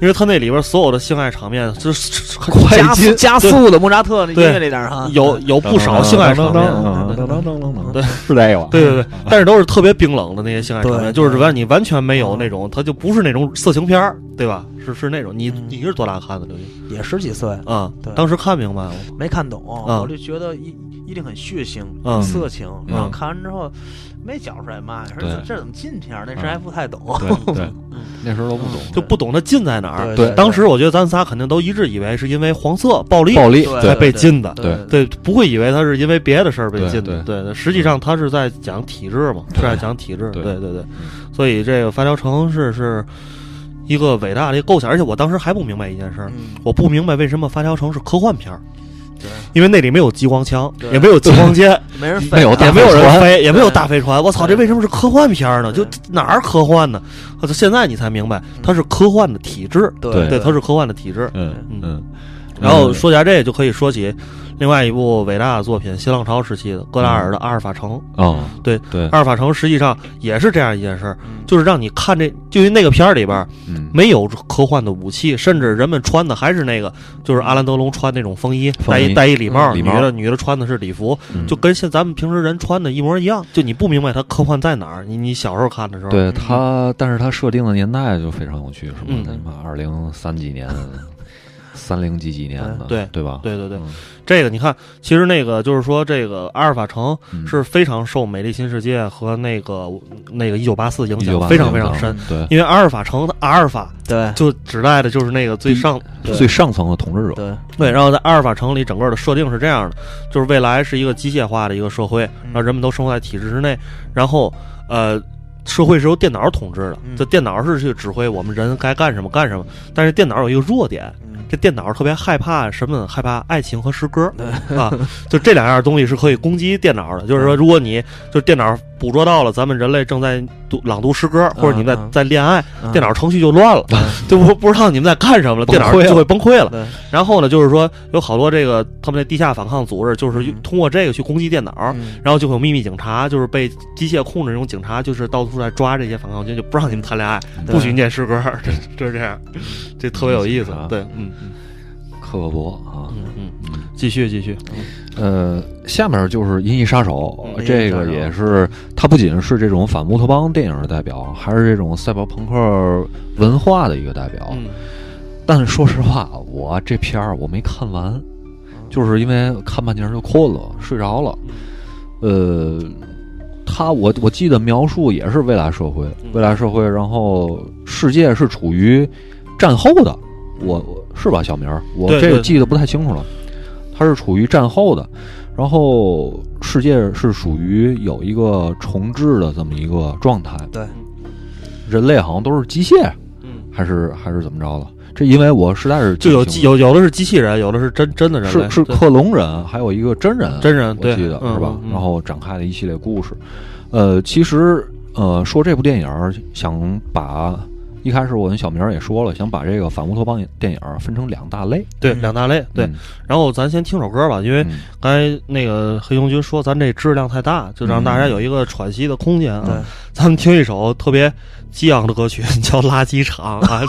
因为他那里边所有的性爱场面就是
快啊
加速
进
加速的莫扎特那音
对
乐那点儿哈，嗯
有有不少性爱场面。
噔噔噔噔噔噔，是这个吧？
对对对，但是都是特别冰冷的那些性爱场面，
对
就是完你完全没
嗯
有那种，它就不是那种色情片儿，对吧？是是那种，你
嗯
你是多大汉子刘鑫
也十几岁，
啊
对？
当时看明白了吗，
没看懂，
嗯
我就觉得一一定很血腥、
嗯
色情，
嗯
然后看完之后没觉出来嘛，说
对
这这怎么禁片儿？那
嗯
时还不太懂，
对对，那时候都不懂，
就不懂它禁在哪儿。
[laughs] 对
对
当时我觉得咱仨肯定都一致以为是因为黄色暴力
暴力
对
才
对
被禁的，
对
对
对，不会以为他是因为别的事儿被
对
禁的，
对嗯
对对，实际上他是在讲体制嘛，是在讲体制，
对嗯
对对对，所以这个发条城是是一个伟大的一个构想，而且我当时还不明白一件事儿，
嗯，
我不明白为什么发条城是科幻片儿，
对，
因为那里没有激光枪，
对
也没有激光
[laughs]
尖，
没人
没有
飞
大
也
啊
没有
飞
人
船
飞，也没有
对
大飞船，我操，这
对
为什么是科幻片儿呢？就
对嗯
哪儿科幻呢？我操，现在你才明白，它是科幻的体制，
对
对，它是科幻的体制，
嗯嗯，
然后说起来这个，就可以说起另外一部伟大的作品——新浪潮时期的戈达尔的《阿尔法城》。
啊，
对
嗯对，
阿尔法城实际上也是这样一件事儿，
嗯
就是让你看这，就因那个片儿里边
嗯，
没有科幻的武器，甚至人们穿的还是那个，就是阿兰德龙穿那种风衣，
风
戴
衣
一戴一礼帽，
嗯礼
女
帽
的女的穿的是礼服，
嗯
就跟现咱们平时人穿的一模一样。就你不明白它科幻在哪儿，你你小时候看的时候，
对他，但是他设定的年代就非常有趣，什么
嗯
他妈二零三几年、三零几几年的，
对
对吧？
对对对
嗯，
这个你看，其实那个就是说，这个阿尔法城
嗯
是非常受《美丽新世界》和那个那个一九八四影响
1984
非常非常深
影，响对，
因为阿尔法城的阿尔法
对
就指代的就是那个最上
对
最上层的统治者，
对，
对，然后在阿尔法城里整个的设定是这样的，就是未来是一个机械化的一个社会，然后人们都生活在体制之内，然后呃。社会是由电脑统治的，
嗯
这电脑是去指挥我们人该干什么干什么。但是电脑有一个弱点，
嗯
这电脑特别害怕什么呢？害怕爱情和诗歌
对
啊，就这两样东西是可以攻击电脑
[laughs]
的。就是说，如果你就电脑捕捉到了咱们人类正在读朗读诗歌，或者你们在
嗯
在恋爱，
嗯
电脑程序就乱了， [laughs] 就不不知道你们在干什么了，
崩溃
电
了
脑就会崩溃了。
对
然后呢，就是说有好多这个他们那地下反抗组织，就是
嗯
通过这个去攻击电脑。
嗯
然后就会有秘密警察，就是被机械控制那种警察，就是到处在抓这些反抗军，就不让你们谈恋爱，
嗯对
不许念诗歌， [laughs] 这这是这样，这特别有意思
警察。
对，嗯嗯
克格勃啊。
嗯嗯，继续继续，
呃，下面就是《银翼杀手呃
嗯》，
这个也是它不仅是这种反乌托邦电影的代表，还是这种赛博朋克文化的一个代表。
嗯
但说实话，我这片儿我没看完，就是因为看半截儿就困了，睡着了。呃，他我我记得描述也是未来社会，
嗯
未来社会，然后世界是处于战后的，我我是吧，小明儿？我
嗯对
这个
对
记得不太清楚了，它是处于战后的，然后世界是属于有一个重置的这么一个状态，
对，
人类好像都是机械
嗯
还是还是怎么着了？这因为我实在是
就有
记
机有有的是机器人，有的是真真的人类，
是是
对
克隆人，还有一个真人，
真人，
我
对，
记得
嗯
是吧
嗯？嗯
然后展开了一系列故事。呃，其实呃，说这部电影儿想把一开始我跟小明儿也说了，想把这个反乌托邦电影儿分成两大类。
对
嗯
两大类，对。
嗯，
然后咱先听首歌吧，因为
嗯
刚才那个黑熊君说咱这质量太大，就让大家有一个喘息的空间啊。
对
咱们听一首特别激昂的歌曲，叫《垃圾场》啊。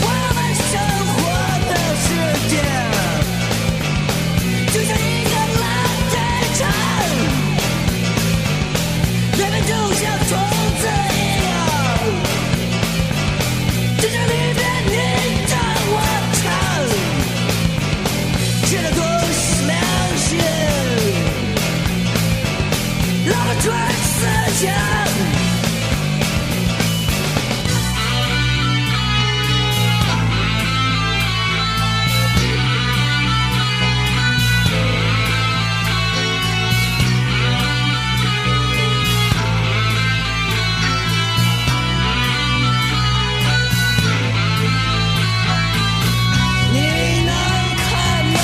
我们生活的世界就像一个垃圾场，人们就像虫子一样，在这里边你争我抢，吃了东西粮食，老了穿思想。你能看到，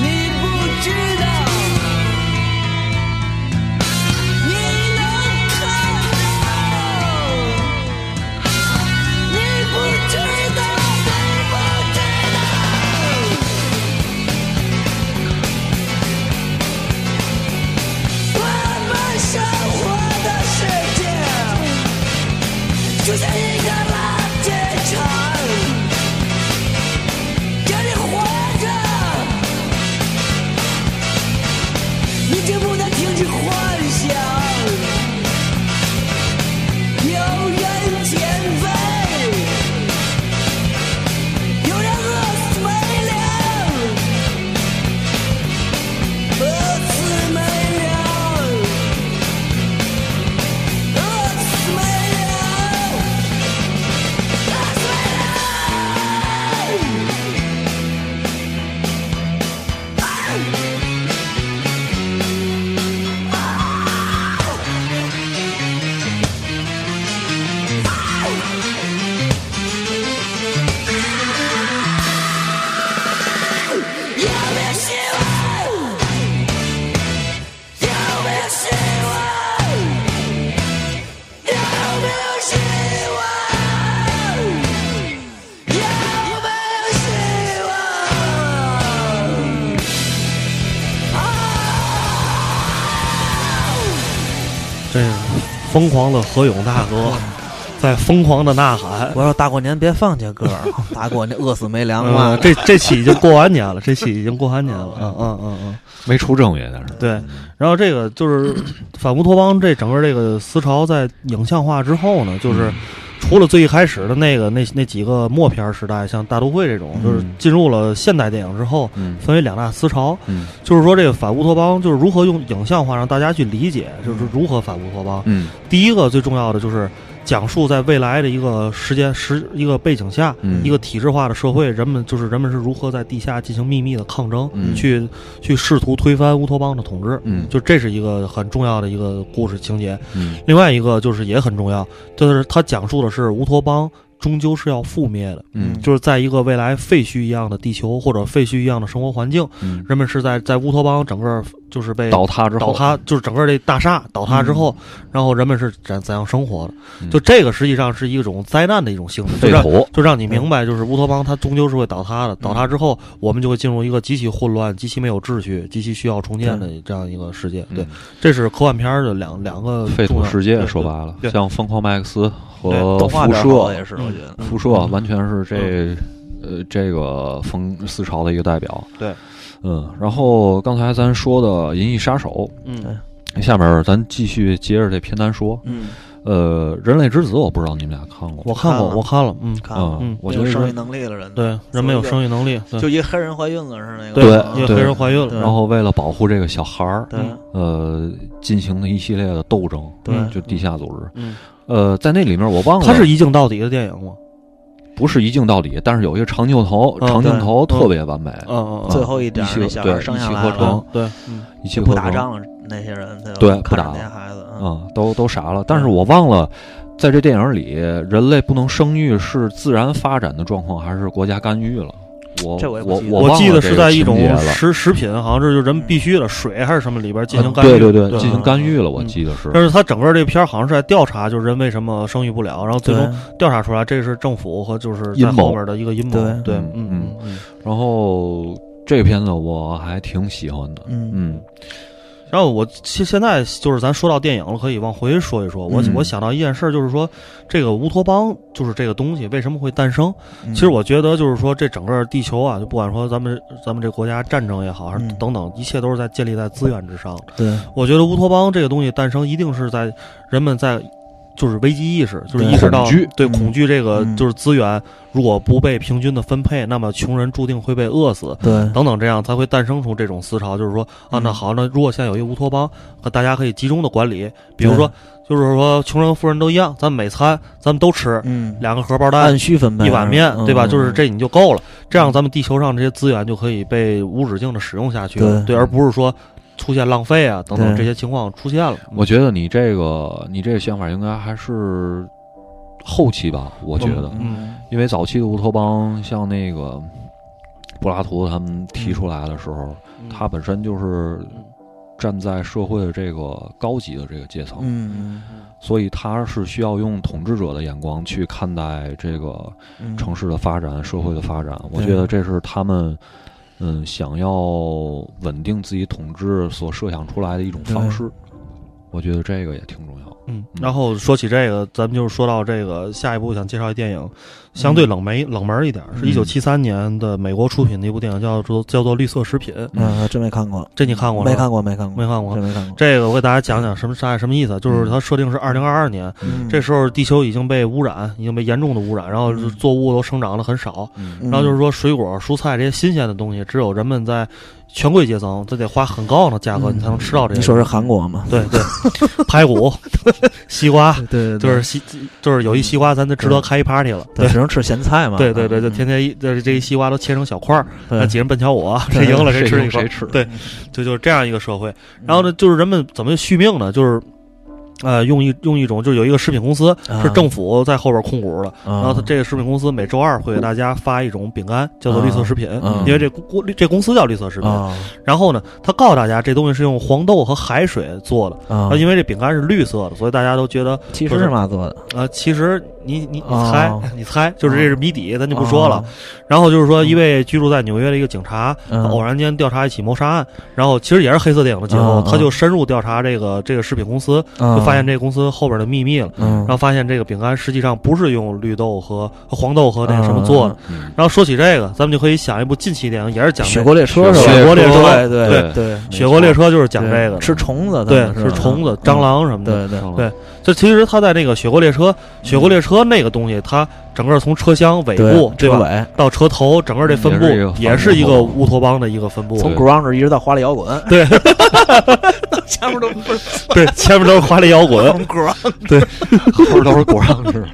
你不知道。你能看到，你不知道，你不知道。我们生活的世界。就像一个垃圾场，让你活着，你就不能停止幻想，有人减肥，有人饿死没粮，饿死没粮。饿死没人，饿死没人。有没有希望？有没有希望？有没有希望？有没有希望？啊
这是疯狂的何勇大哥在疯狂的呐喊。
我说大过年别放这歌儿， [laughs] 大过年饿死没粮嘛
嗯，。这这期已经过完年了，这期已经过完年了。嗯嗯嗯嗯，
没出正月，但是
对。然后这个就是 [coughs] 反乌托邦这整个这个思潮在影像化之后呢，就是除了最一开始的那个那那几个默片时代，像大都会这种，就是进入了现代电影之后，
嗯
分为两大思潮。
嗯
就是说这个反乌托邦就是如何用影像化让大家去理解，就是如何反乌托邦。
嗯
第一个最重要的就是讲述在未来的一个时间时一个背景下，
嗯
一个体制化的社会，人们就是人们是如何在地下进行秘密的抗争，
嗯
去去试图推翻乌托邦的统治。
嗯
就这是一个很重要的一个故事情节，
嗯
另外一个就是也很重要，就是它讲述的是乌托邦终究是要覆灭的。
嗯
就是在一个未来废墟一样的地球或者废墟一样的生活环境，
嗯，
人们是在在乌托邦整个就是被
倒塌之后，
倒塌，就是整个这大厦倒塌之后，然后人们是怎怎样生活的？
嗯
就这个实际上是一种灾难的一种性质，就
对
让
头，
就让你
嗯
明白，就是乌托邦它终究是会倒塌的。倒塌之后，我们就会进入一个极其混乱、极其没有秩序、极其需要重建的这样一个世界。对
嗯，
这是科幻片儿的两两个
废
重
土
要
世界
对
说白
对
了，
对
像《疯狂麦克斯》
对
和
动
《
画
辐
片
射
好的》，也是，我觉得。
辐射
嗯
完全是这、呃这个风思潮的一个代表。
对，
嗯，然后刚才咱说的《银翼杀手
嗯
嗯》，
下面咱继续接着这片单说。
嗯，
呃，《人类之子》我不知道你们俩看过吗，
我看过，
看了
我看了，嗯，
看
啊
了，
嗯
我觉
有
得
生育
人。
能力的人，
对，人没有生育能力，对
就一黑人怀孕了是那个，嗯
因
对
为
对
黑人怀孕了，
对
然后为了保护这个小孩儿，
对
呃，进行了一系列的斗争，
嗯
对，
就地下组织。
嗯，
呃，在那里面我忘了，
它是一镜到底的电影吗？
不是一镜到底，但是有一个长镜头，
嗯
长镜头
对
特别完美，
嗯嗯
最后一点
一
儿
气
那小孩
对
生下
一气
来
呵
了
成，
对，嗯
一气
就
呵
不打
成
仗了，那些人对吧
对不
看着
打
那些孩子，嗯，
啊，都都傻了。但是我忘了，在这电影里，人类不能生育是自然发展的状况，还是国家干预了？我
这我
我
也不记得
忘了
我记得
这
是
个
在一
情
种
节了
食食品，好像是就人必须的水还是什么里边进行
啊
干预，
对对对，进
对
行干预了，我
嗯
记得是。
但是他整个这片儿好像是在调查，就是人为什么生育不了，然后最
对
终调查出来，这是政府和就是
阴
在
谋
后面的一个阴谋。
对
对，
嗯
嗯嗯。
然后这片子我还挺喜欢的，
嗯
嗯
然后我现现在就是咱说到电影了，可以往回说一说。我
嗯
我想到一件事儿，就是说这个乌托邦就是这个东西为什么会诞生？
嗯，
其实我觉得就是说这整个地球啊，就不管说咱们咱们这国家战争也好，还是
嗯
等等，一切都是在建立在资源之上。
对
我觉得乌托邦这个东西诞生，一定是在人们在就是危机意识，就是
对
意识到
恐惧
对
嗯
恐惧这个
嗯
就是资源，如果不被平均的分配，那么穷人注定会被饿死。
对
等等，这样才会诞生出这种思潮，就是说啊，
嗯
那好，那如果现在有一个乌托邦，那大家可以集中的管理，比如说，就是说穷人富人都一样，咱们每餐咱们都吃
嗯，
两个荷包蛋
按需分配
一碗面，对吧？
嗯
就是这你就够了，这样咱们地球上这些资源就可以被无止境的使用下去，
对
对，而不是说出现浪费啊等等这
对
些情况出现了。嗯
我觉得你这个你这个想法应该还是后期吧，我觉得，
嗯
因为早期的乌托邦像那个柏拉图他们
嗯
提出来的时候，它本身就是站在社会的这个高级的这个阶层，
嗯
所以它是需要用统治者的眼光去看待这个
嗯
城市的发展、社会的发展。我
对
觉得这是他们嗯想要稳定自己统治所设想出来的一种方式。我觉得这个也挺重要。
嗯，然后说起这个，咱们就是说到这个下一部想介绍一电影，相
嗯
对冷门冷门一点，是一九七三年的美国出品的一部电影，叫做叫做《绿色食品》，
嗯，真没看过，
这你看过了
没
吗？
看过，没看过，
没看过
真没看过。
这个我给大家讲讲什么大概什么意思啊，就是它设定是二零二二年，
嗯
这时候地球已经被污染，已经被严重的污染，然后
嗯
作物都生长的很少，
嗯
嗯
然后就是说水果、蔬菜这些新鲜的东西，只有人们在权贵阶层，这得花很高的价格
嗯
你才能吃到这
你
些。
说是韩国吗？
对
[laughs]
对，排骨、西瓜，
对对
就是西就是有一西瓜，咱就值得开一 party 了。对
对，只能吃咸菜嘛。
对对对，就
嗯
天天一就是这一西瓜都切成小块儿，那
对
几人笨瞧我，啊谁赢了
谁
吃
赢
一块
谁
儿，
吃？
对就就是这样一个社会。
嗯
然后呢，就是人们怎么续命呢？就是。呃，用一用一种就是有一个食品公司
啊
是政府在后边控股的，然
嗯，然
后它这个食品公司每周二会给大家发一种饼干，叫做
啊
绿色食品，
嗯
因为这公这公司叫绿色食品。
啊
然后呢，他告诉大家这东西是用黄豆和海水做的，
啊
啊，，因为这饼干是绿色的，所以大家都觉得
其实是嘛做的，
啊，其实你你你
哦
猜， [laughs] 你猜，就是这是谜底，咱就不说了。然后就是说，一位居住在纽约的一个警察，
啊嗯
偶然间调查一起谋杀案，然后其实也是黑色电影的结构
嗯，
他就深入调查这个这个食品公司，
啊，
就发现这个公司后边的秘密了。
嗯，
然后发现这个饼干实际上不是用绿豆和和黄豆和那个什么做的。
嗯
然后说起这个，咱们就可以想一部近期电影，也是讲这
雪国列车是吧？
雪
国列车
对对对，
雪国列车，就是讲这个的，
吃虫子，
对，是虫子、蟑，螂什么的。
嗯对对
嗯
对这其实他在那个雪国列车，雪国列车那个东西，它整个从车厢尾部对吧，
车尾，
到车头，整个这分布
嗯也是
也是一
一个
个乌托邦的一个分布。
从 grunge 一直到花里摇滚， [laughs]
对
前面都不是
对，前面都是华丽摇滚，
grunge，
[laughs] 后边都是果让吃。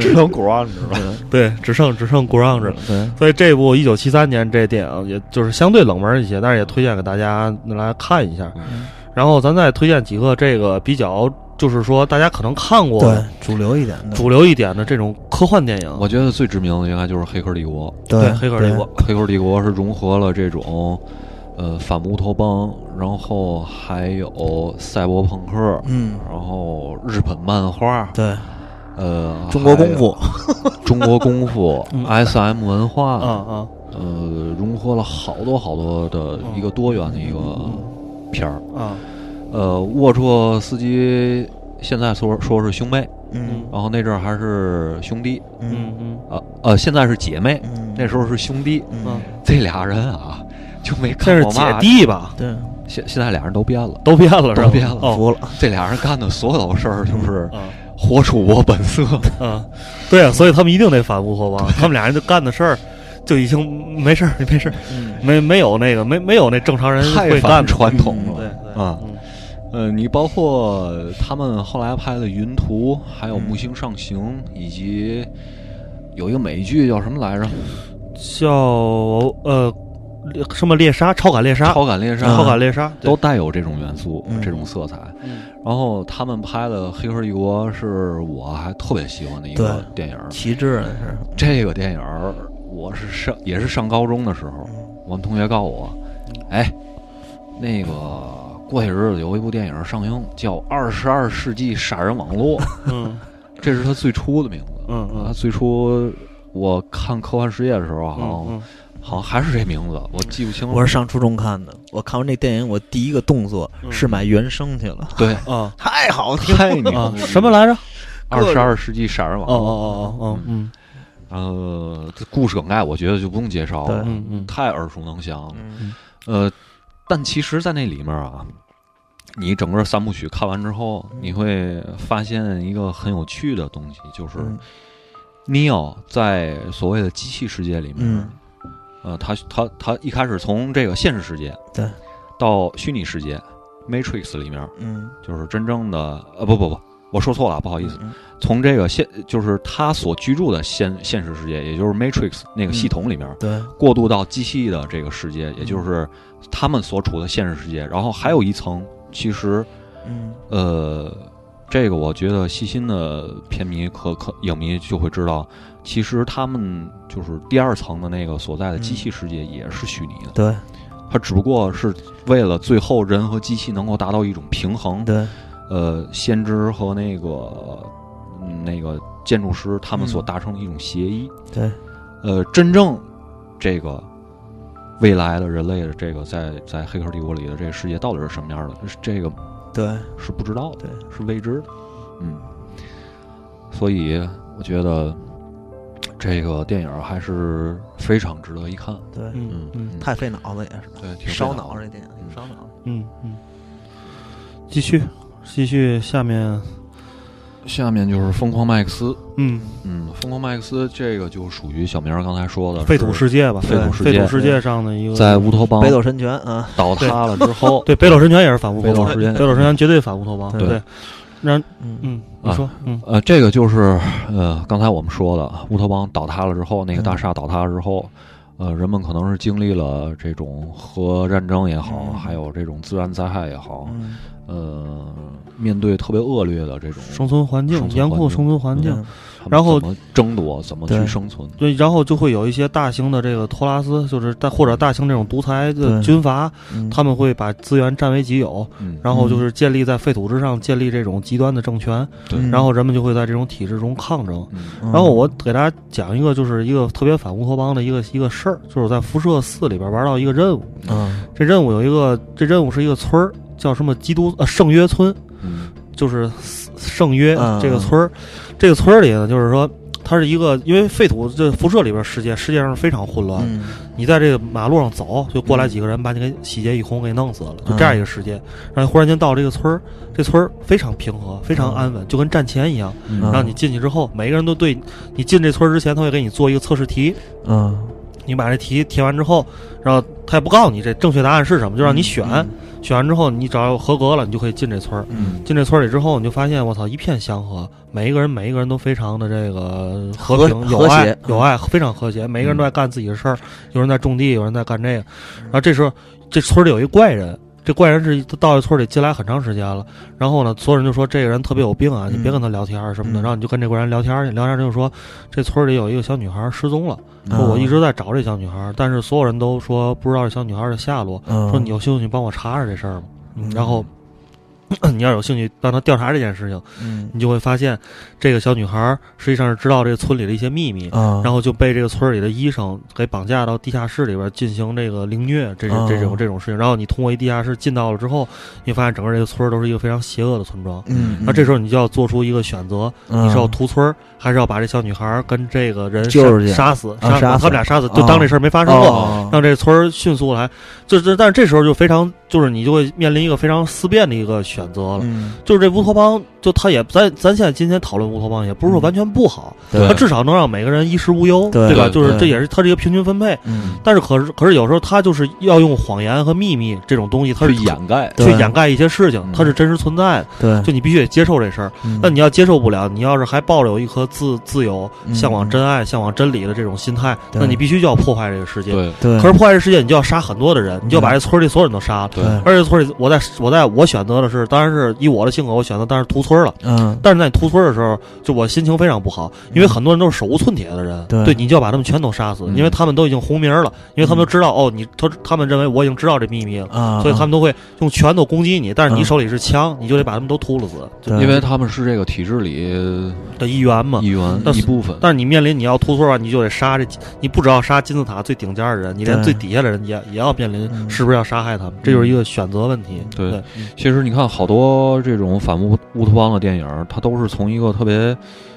只能 grunge 了，
对，只剩只剩 grunge 了。
对，
所以这部一九七三年这电影，也就是相对冷门一些，但是也推荐给大家来看一下。
嗯
然后咱再推荐几个这个比较，就是说大家可能看过的
对，主流一点的，
主流一点的这种科科幻电影，
我觉得最知名的应该就是《黑客帝国
对《黑客帝国》》。
《黑客帝国》是融合了这种，呃，反乌托邦，然后还有赛博朋克，
嗯
然后日本漫画，
对，
呃，
中国功夫，嗯
还有，中国功夫，S.M. 文化，
啊啊，
呃，融合了好多好多的一个多元的一个
嗯
片儿。
啊，
呃，沃绰斯基现在说说是兄妹，
嗯
然后那阵儿还是兄弟，
嗯
嗯
啊呃，现在是姐妹，
嗯，
那时候是兄弟。
嗯
嗯
啊，
这俩人啊，就没
这
看
是
过
姐
嘛。
弟吧？
对，
现现在俩人都变了，
都变了是吧？
都变了
哦
服了，
这俩人干的所有事儿就是
啊
活出我本色。
啊，对啊，所以他们一定得反乌
[laughs]
托邦，他们俩人就干的事儿。就已经没事儿，没事儿，
嗯
没没有那个没没有那正常人
太
会
反
干的
传统
嗯对
了，
对
啊
嗯
呃，你包括他们后来拍的《云图》，还有《木星上行》，
嗯
以及有一个美剧叫什么来着，
叫呃什么猎杀，超感猎杀，嗯啊
超感猎杀》，
超感猎杀，
都带有这种元素、
嗯
这种色彩。
嗯
然后他们拍的《黑客帝国》是我还特别喜欢的一个电影儿。
旗帜那是，
这个电影儿我是上也是上高中的时候，我们同学告诉我，哎，那个过些日子有一部电影上映叫《二十二世纪杀人网络》， [laughs]
嗯
这是他最初的名字。
嗯嗯
他最初我看科幻世界的时候，好像
嗯
好像还是这名字，我记不清了。
我是上初中看的，我看完这电影，我第一个动作
嗯
是买原声去了，
[laughs]
对，
嗯啊
太好听
太牛
啊
了！
什么来着？
二十二世纪杀人网
哦哦
络，
哦哦哦，嗯
呃，这故事梗概我觉得就不用介绍了
对，
嗯嗯
太耳熟能详了。
嗯
呃，但其实，在那里面啊，你整个三部曲看完之后，你会发现一个很有趣的东西，就是
嗯
尼奥在所谓的机器世界里面，
嗯
呃，他他他一开始从这个现实世界，
对，
到虚拟世界 Matrix 里面，
嗯，
就是真正的呃，不不不，我说错了，不好
不
意思，，从这个现就是他所居住的现现实世界，也就是 Matrix 那个系统里面，
对，
过渡到机器的这个世界，也就是他们所处的现实世界。然后还有一层，其实
嗯
呃，这个我觉得细心的片迷和可影迷就会知道，其实他们就是第二层的那个所在的机器世界也是虚拟的，
对
它只不过是为了最后人和机器能够达到一种平衡。
对，
呃，先知和那个嗯那个建筑师他们所
嗯
达成的一种协议。
对，
呃，真正这个未来的人类的这个在在《黑客帝国》里的这个世界到底是什么样的，是这个
对，
是不知道的，
对
是未知的。嗯，所以我觉得这个电影还是非常值得一看。
对，
嗯
嗯
嗯
太费脑子也是，
对，挺
烧
费
脑
的
这电影，烧脑。
嗯嗯，继续继续，下面
下面就是《疯狂麦克斯》。
嗯
嗯，《疯狂麦克斯》这这个就属于小明儿刚才说的
废土
是
世界吧，
废土世
废
界
土世界上的一个
在乌托邦
北斗神拳啊，
倒塌了之
[laughs]
后，
对北斗神拳也是反乌托邦，
北斗神拳
北斗神拳绝对反乌托邦，
对
对，让
嗯
嗯你说嗯
呃，这个就是呃，刚才我们说的乌托邦倒塌了之后，那个
嗯
大厦倒塌了之后，呃，人们可能是经历了这种核战争也好，
嗯
还有这种自然灾害也好，
嗯，
呃，面对特别恶劣的这种
生存环境
生存环，境
严酷生存环境，
嗯
他们
然后
怎么争夺，怎么去
对
生存，
对，然后就会有一些大型的这个托拉斯，就是大或者大型这种独裁的
对
军阀，
嗯
他们会把资源占为己有，
嗯，
然后就是建立在废土之上，建立这种极端的政权，
嗯
对
然后人们就会在这种体制中抗争。
嗯
然后我给大家讲一个，就是一个特别反乌托邦的一个一个事儿，就是我在辐射四里边玩到一个任务，
嗯
这任务有一个，这任务是一个村儿，叫什么基督呃圣约村，
嗯
就是圣约
嗯
这个村儿，这个村儿里呢，就是说它是一个，因为废土这辐射里边世界，世界上是非常混乱，
嗯
你在这个马路上走，就过来几个人把你给洗劫一空，给弄死了，就
嗯
这样一个世界。然后忽然间到这个村儿，这村儿非常平和，非常安稳，就跟战前一样。
嗯
让你进去之后，每个人都对你进这村儿之前，他会给你做一个测试题，
嗯，
你把这题填完之后，然后他也不告诉你这正确答案是什么，就让
嗯
你选。选完之后，你只要合格了，你就可以进这村儿。
嗯
进这村儿里之后，你就发现我操，一片祥和，每一个人每一个人都非常的这个和平、
和
有
和谐嗯
爱、有爱，非常和谐。每个人都在干自己的事儿，有人在种地，有人在干这个。然后这时候，这村儿里有一怪人，这怪人是到这村里进来很长时间了，然后呢，所有人就说这个人特别有病啊，你别跟他聊天儿什么的。
嗯
然后你就跟这怪人聊天儿去，聊天儿就说这村里有一个小女孩儿失踪了，说
嗯
我一直在找这小女孩儿，但是所有人都说不知道这小女孩儿的下落，
嗯
说你有兴趣帮我查查这事儿吗？
嗯
然后 [clears throat] 你要有兴趣帮他调查这件事情，
嗯
你就会发现这个小女孩儿实际上是知道这个村里的一些秘密，
啊，
然后就被这个村里的医生给绑架到地下室里边进行这个凌虐，这是
哦
这种这种事情。然后你通过一地下室进到了之后，你发现整个这个村儿都是一个非常邪恶的村庄。
嗯，
那这时候你就要做出一个选择，
嗯
你是要屠村儿，还是要把这小女孩儿跟这个人
揪出去
杀杀死，
啊
杀
杀
把
死
他们俩杀死，就当这事儿没发生过。
哦
让这村儿迅速来，就是，但是这时候就非常，就是你就会面临一个非常思辨的一个选择了，
嗯
就是这乌托邦，就他也咱咱现在今天讨论乌托邦，也不是说完全不好，
嗯对
它至少能让每个人衣食无忧，
对
吧？
对
就是
对
这也是它是一个平均分配，
嗯
但是可是可是有时候它就是要用谎言和秘密这种东西，它是
去掩盖，
去
对嗯
掩盖一些事情
嗯，
它是真实存在的，
对，
就你必须得接受这事儿。
嗯
但你要接受不了，你要是还抱有一颗自自由、
嗯
向往真爱、向往真理的这种心态，
对
那你必须就要破坏这个世界。
对
对，
可是破坏这世界，你就要杀很多的人，你就要把
对
这村里所有人都杀了。
对
对
而且村里，我在我在我选择的是，当然是以我的性格，我选择当然是屠村了。
嗯
但是在你屠村的时候，就我心情非常不好，因为很多人都是手无寸铁的人，
对
你就要把他们全都杀死，
嗯
因为他们都已经红名了，因为他们都知道、哦，你他他们认为我已经知道这秘密了，
嗯啊，
所以他们都会用拳头攻击你，但是你
嗯
手里是枪，你就得把他们都秃噜死
对
因为他们是这个体制里
嗯
的一员嘛
一。员
嗯但是
一部分，
但是你面临你要屠村啊，你就得杀这，你不只要杀金字塔最顶尖的人，你连
对
最底下的人也也要面临
嗯
是不是要杀害他们，这就是一个选择问题。
嗯对
对，
其实你看，好多这种反乌乌托邦的电影儿，它都是从一个特别，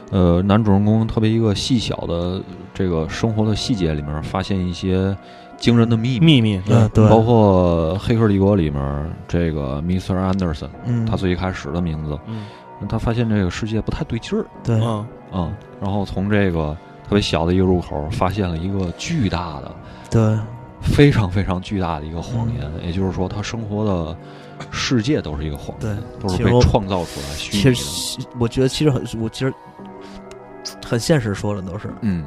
呃，男主人公特别一个细小的这个生活的细节里面儿发现一些惊人的秘密，
秘密对
嗯对，
包括《黑客帝国》里面儿这个 Mr. Anderson，
嗯
他最开始的名字，
嗯
他发现这个世界不太对劲儿
对
嗯
啊、然后从这个特别小的一个入口儿，发现了一个巨大的、
对
非常非常巨大的一个谎言，
嗯
也就是说，他生活的世界都是一个谎言，都是被创造出来虚拟
其
的。
实我觉得其实很，我其实很现实，说的都是
嗯，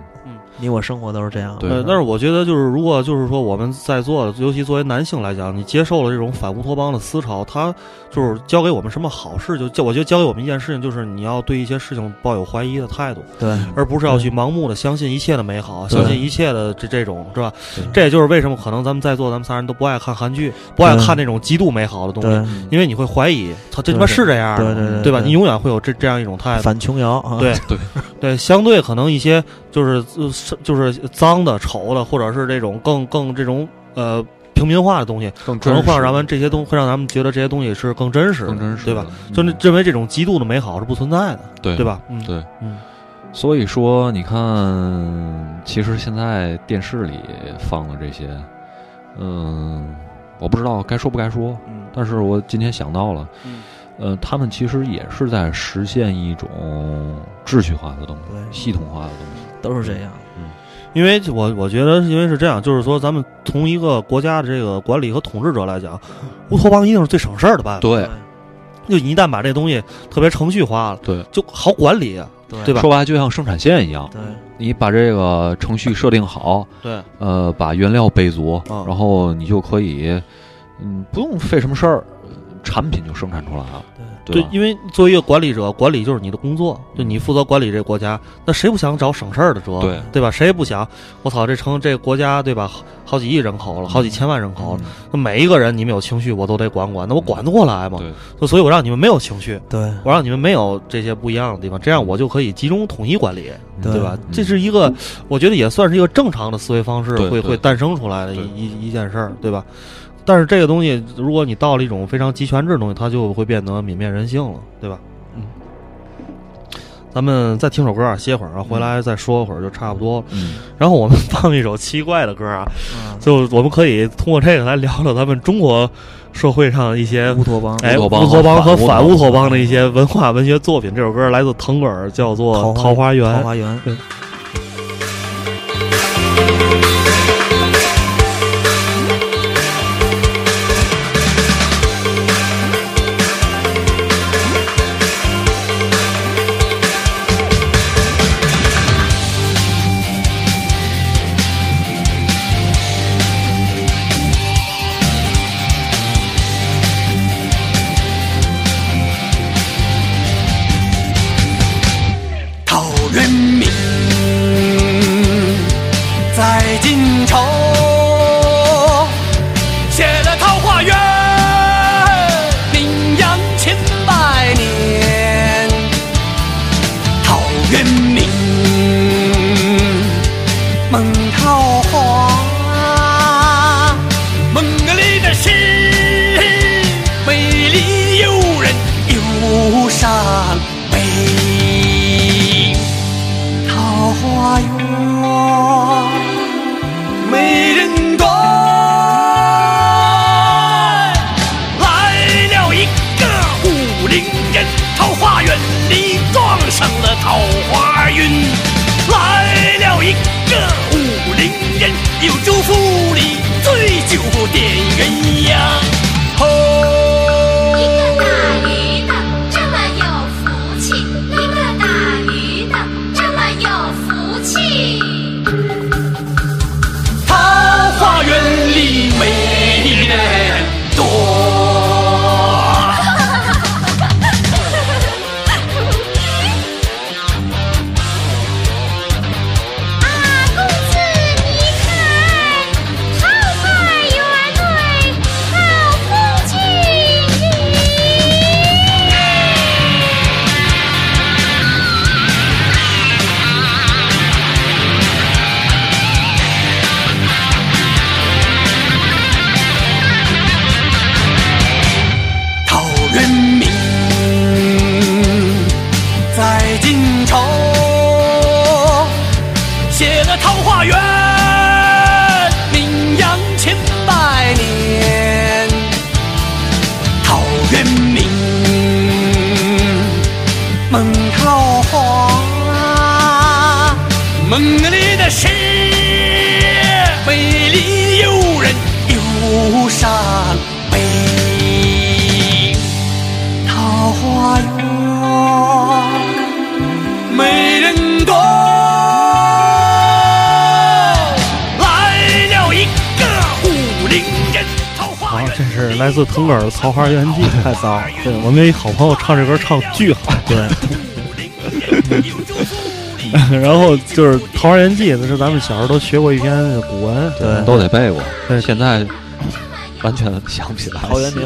你我生活都是这样。
对
呃，但是我觉得就是，如果就是说我们在座的，尤其作为男性来讲，你接受了这种反乌托邦的思潮，它就是教给我们什么好事，就教我觉得教给我们一件事情，就是你要对一些事情抱有怀疑的态度，
对
嗯
而不是要去盲目的相信一切的美好，
嗯对
相信一切的这这种是吧
对？
这也就是为什么可能咱们在座咱们仨人都不爱看韩剧，不爱
对
看那种极度美好的东
对
西，因为你会怀疑，操，这他
对
妈是这样的
对对对，
对吧？你永远会有这这样一种态度。
反琼瑶啊，
哎对
对
[laughs] 对，相对可能一些就是呃是就是脏的、丑的，或者是这种更更这种呃平民化的东西，
更
可能会让咱们这些东会让咱们觉得这些东西是更真实的，
更真实，
对吧？？就那认为这种极度的美好是不存在的，
对
对？吧？嗯，
对，
嗯，
所以说，你看，其实现在电视里放的这些，嗯，我不知道该说不该说，
嗯
但是我今天想到了，
嗯
呃，他们其实也是在实现一种秩序化的东西，
对，
系统化的东西。
都是这样。
因为我我觉得，因为是这样，就是说咱们从一个国家的这个管理和统治者来讲，乌托邦一定是最省事儿的办法。
对
就你一旦把这东西特别程序化了，
对，
就好管理啊，
对
对吧
说白了就像生产线一样，
对
你把这个程序设定好，
对
呃，把原料备足，
啊
然后你就可以，嗯，不用费什么事儿，呃产品就生产出来了，对
对
吧，嗯
因为作为一个管理者，管理就是你的工作，就你负责管理这个国家，那谁不想找省事儿的辙？
对
对吧？谁也不想，我操，这城这个国家对吧？好好几亿人口
嗯
了，好几千万人口了，那每一个人你们有情绪，我都得管管，那我管得过来吗？
嗯对
就所以，我让你们没有情绪，
对
我让你们没有这些不一样的地方，这样我就可以集中统一管理，
对
对吧
嗯？
这是一个，我觉得也算是一个正常的思维方式
对
会
对
会诞生出来的一
对
一一件事儿，对吧？但是这个东西，如果你到了一种非常集权制的东西，它就会变得泯灭人性了，对吧？嗯。咱们再听首歌啊，歇会儿啊，回来再说会儿就差不多了。
嗯，
然后我们 [laughs] 放一首奇怪的歌啊，就我们可以通过这个来聊聊咱们中国社会上一些
乌托邦，
哎，
乌
乌
托邦
托邦
和
和
反
反乌
乌托
托
邦
邦的一些文化文学作品。这首歌来自腾格尔，叫做《
桃
桃花源
桃》。花源，
桃
是美丽诱人，忧伤悲。桃花源，美人多。来了一个武陵人，桃花源里撞上了桃花运。来了一个武陵人，有祝福里醉酒点鸳鸯。
一
哦，
个打鱼的这么有福气，一个打鱼的这么有福气。
桃花源里美人多。
啊，公子你看，桃花源外好风景。
陶渊明在晋朝写了《桃花源》，名扬千百年。陶渊明梦桃花，梦里的诗美丽诱人，忧伤悲。桃花源，美人多。来了一个武陵人，桃花
啊
源，
这是来自腾格尔的《桃花源记》，太骚了。对我们一好朋友唱这歌唱巨好，对。 [laughs] 然后就是《桃花源记》，那是咱们小时候都学过一篇古文，
对
都得背过。
对
现在完全想不起来。
陶渊明，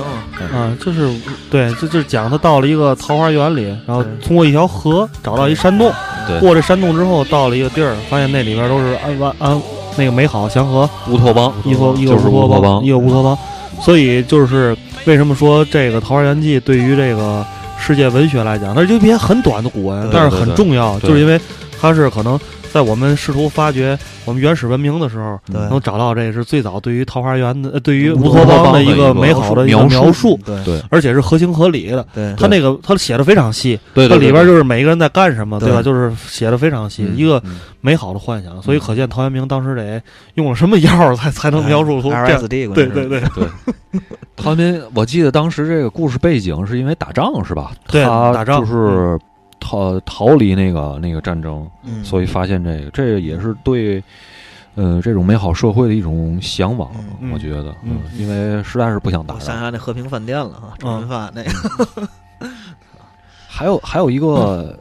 啊，就是对，这就是讲他到了一个桃花源里，然后通过一条河找到一山洞，
对
过这山洞之后到了一个地儿，发现那里边都是安安安那个美好祥和，
乌托邦，
一个一个
就是乌托邦
邦，一。个乌托邦。所以就是为什么说这个《桃花源记》对于这个世界文学来讲，它是一篇很短的古文，
对
但是很重要，
对对
就是因为它是可能在我们试图发掘我们原始文明的时候，
对
能找到这是最早对于桃花源的，呃对于
嗯乌
乌
托
托邦
邦
的
的一
个
个
美好的一
描
个
述
描述，
对
对
而且是合情合理的。
对
他那个他写的非常细，
对
这
对对
里边就是每个人在干什么，
对
对吧？就是写的非常细，
嗯
一个
嗯
美好的幻想。所以可见陶渊明当时得用了什么药儿才才能描述出这样。
LSD，关
对
键是
对对，
陶渊明，我记得当时这个故事背景是因为打仗是吧？
对
他
打仗嗯
就是逃逃离那个那个战争，
嗯，
所以发现这个，这也是对，呃，这种美好社会的一种向往，
嗯
我觉得，
嗯
因为实在是不想打
我想
仗。
想那和平饭店了啊，周润发那个
还有还有一个，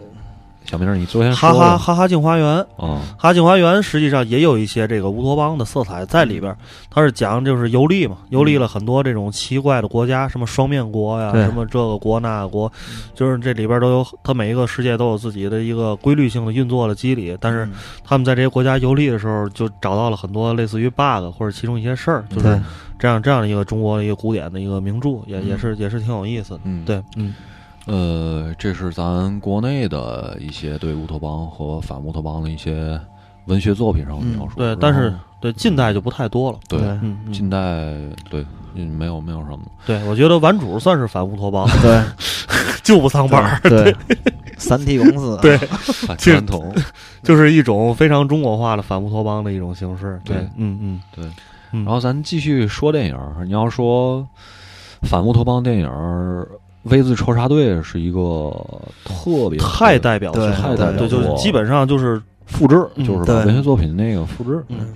小明儿，你昨天说
哈哈
的
哈哈镜花园，
啊，
哈镜花园实际上也有一些这个乌托邦的色彩在里边儿。它是讲就是游历嘛，游历了很多这种奇怪的国家，什么双面国呀，
对
什么这个国那个国，就是这里边儿都有，它每一个世界都有自己的一个规律性的运作的机理。但
嗯
是他们在这些国家游历的时候，就找到了很多类似于 bug 或者其中一些事儿，就是
对
这样这样的一个中国的一个古典的一个名著，也也是也是挺有意思的。
嗯，
对，嗯，
呃，这是咱国内的一些对乌托邦和反乌托邦的一些文学作品上的描述。
嗯对
然，后
但是对近代就不太多了。
对
对
嗯，嗯
近代对，嗯，没有没有
[laughs]
什么。
对，我觉得顽主算是反乌托邦，
对
就不苍板儿，
对，三 T 公司啊
对，
反
这
传统，
就是一种非常中国化的反乌托邦的一种形式。
对
嗯嗯，
对。
嗯
然后咱继续说电影儿，你要说反乌托邦电影儿，《V 字仇杀队》是一个特别
太代表性
对
了，
太代表
对，就是
作
基本上就是，
复制，
嗯
就是
对
把文学作品那个复制。
嗯，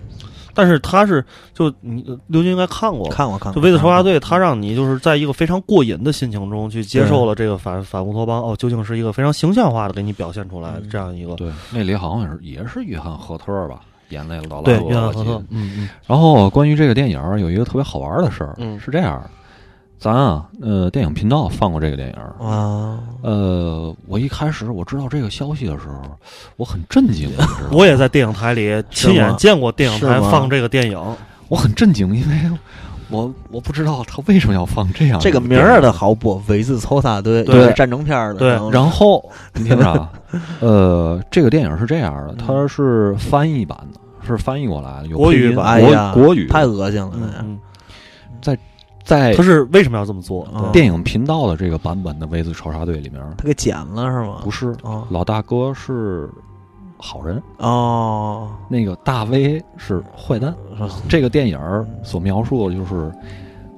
但是他是就你呃刘军应该看过，
看过看
就
过，
《威斯仇杀队》，
嗯
他让你就是在一个非常过瘾的心情中去接受了这个反反乌托邦哦，究竟是一个非常形象化的给你表现出来的
嗯
这样一个
对，那里好像也是也是约翰·赫特儿吧，演那个老
对
拉伯
约翰
我
赫
记
特
得，
嗯
然后关于这个电影儿有一个特别好玩儿的事儿，
嗯
是这样儿，咱啊，呃，电影频道放过这个电影儿，
嗯
啊，
呃，我一开始我知道这个消息的时候，我很震惊，你知道吗
嗯，我也在电影台里亲眼见过电影台放这个电影，
我很震惊，因为我我不知道他为什么要放这样
这个名儿的好播，《伪字仇杀队》
啊对
就是战争片儿的。
对
然后你听着
[laughs]
啊，呃，这个电影是这样的，它是翻译版的，是翻译过来的，有
国语
配音
版
哎呀，
国国语
太恶心了，那样
嗯，
在
他是为什么要这么做？
啊
对
嗯电影频道的这个版本的《维兹仇杀队》里面
他给剪了是吗
不？是
哦
老大哥是好人，
哦，
那个大威是坏蛋。
嗯
这个电影儿所描述的就是，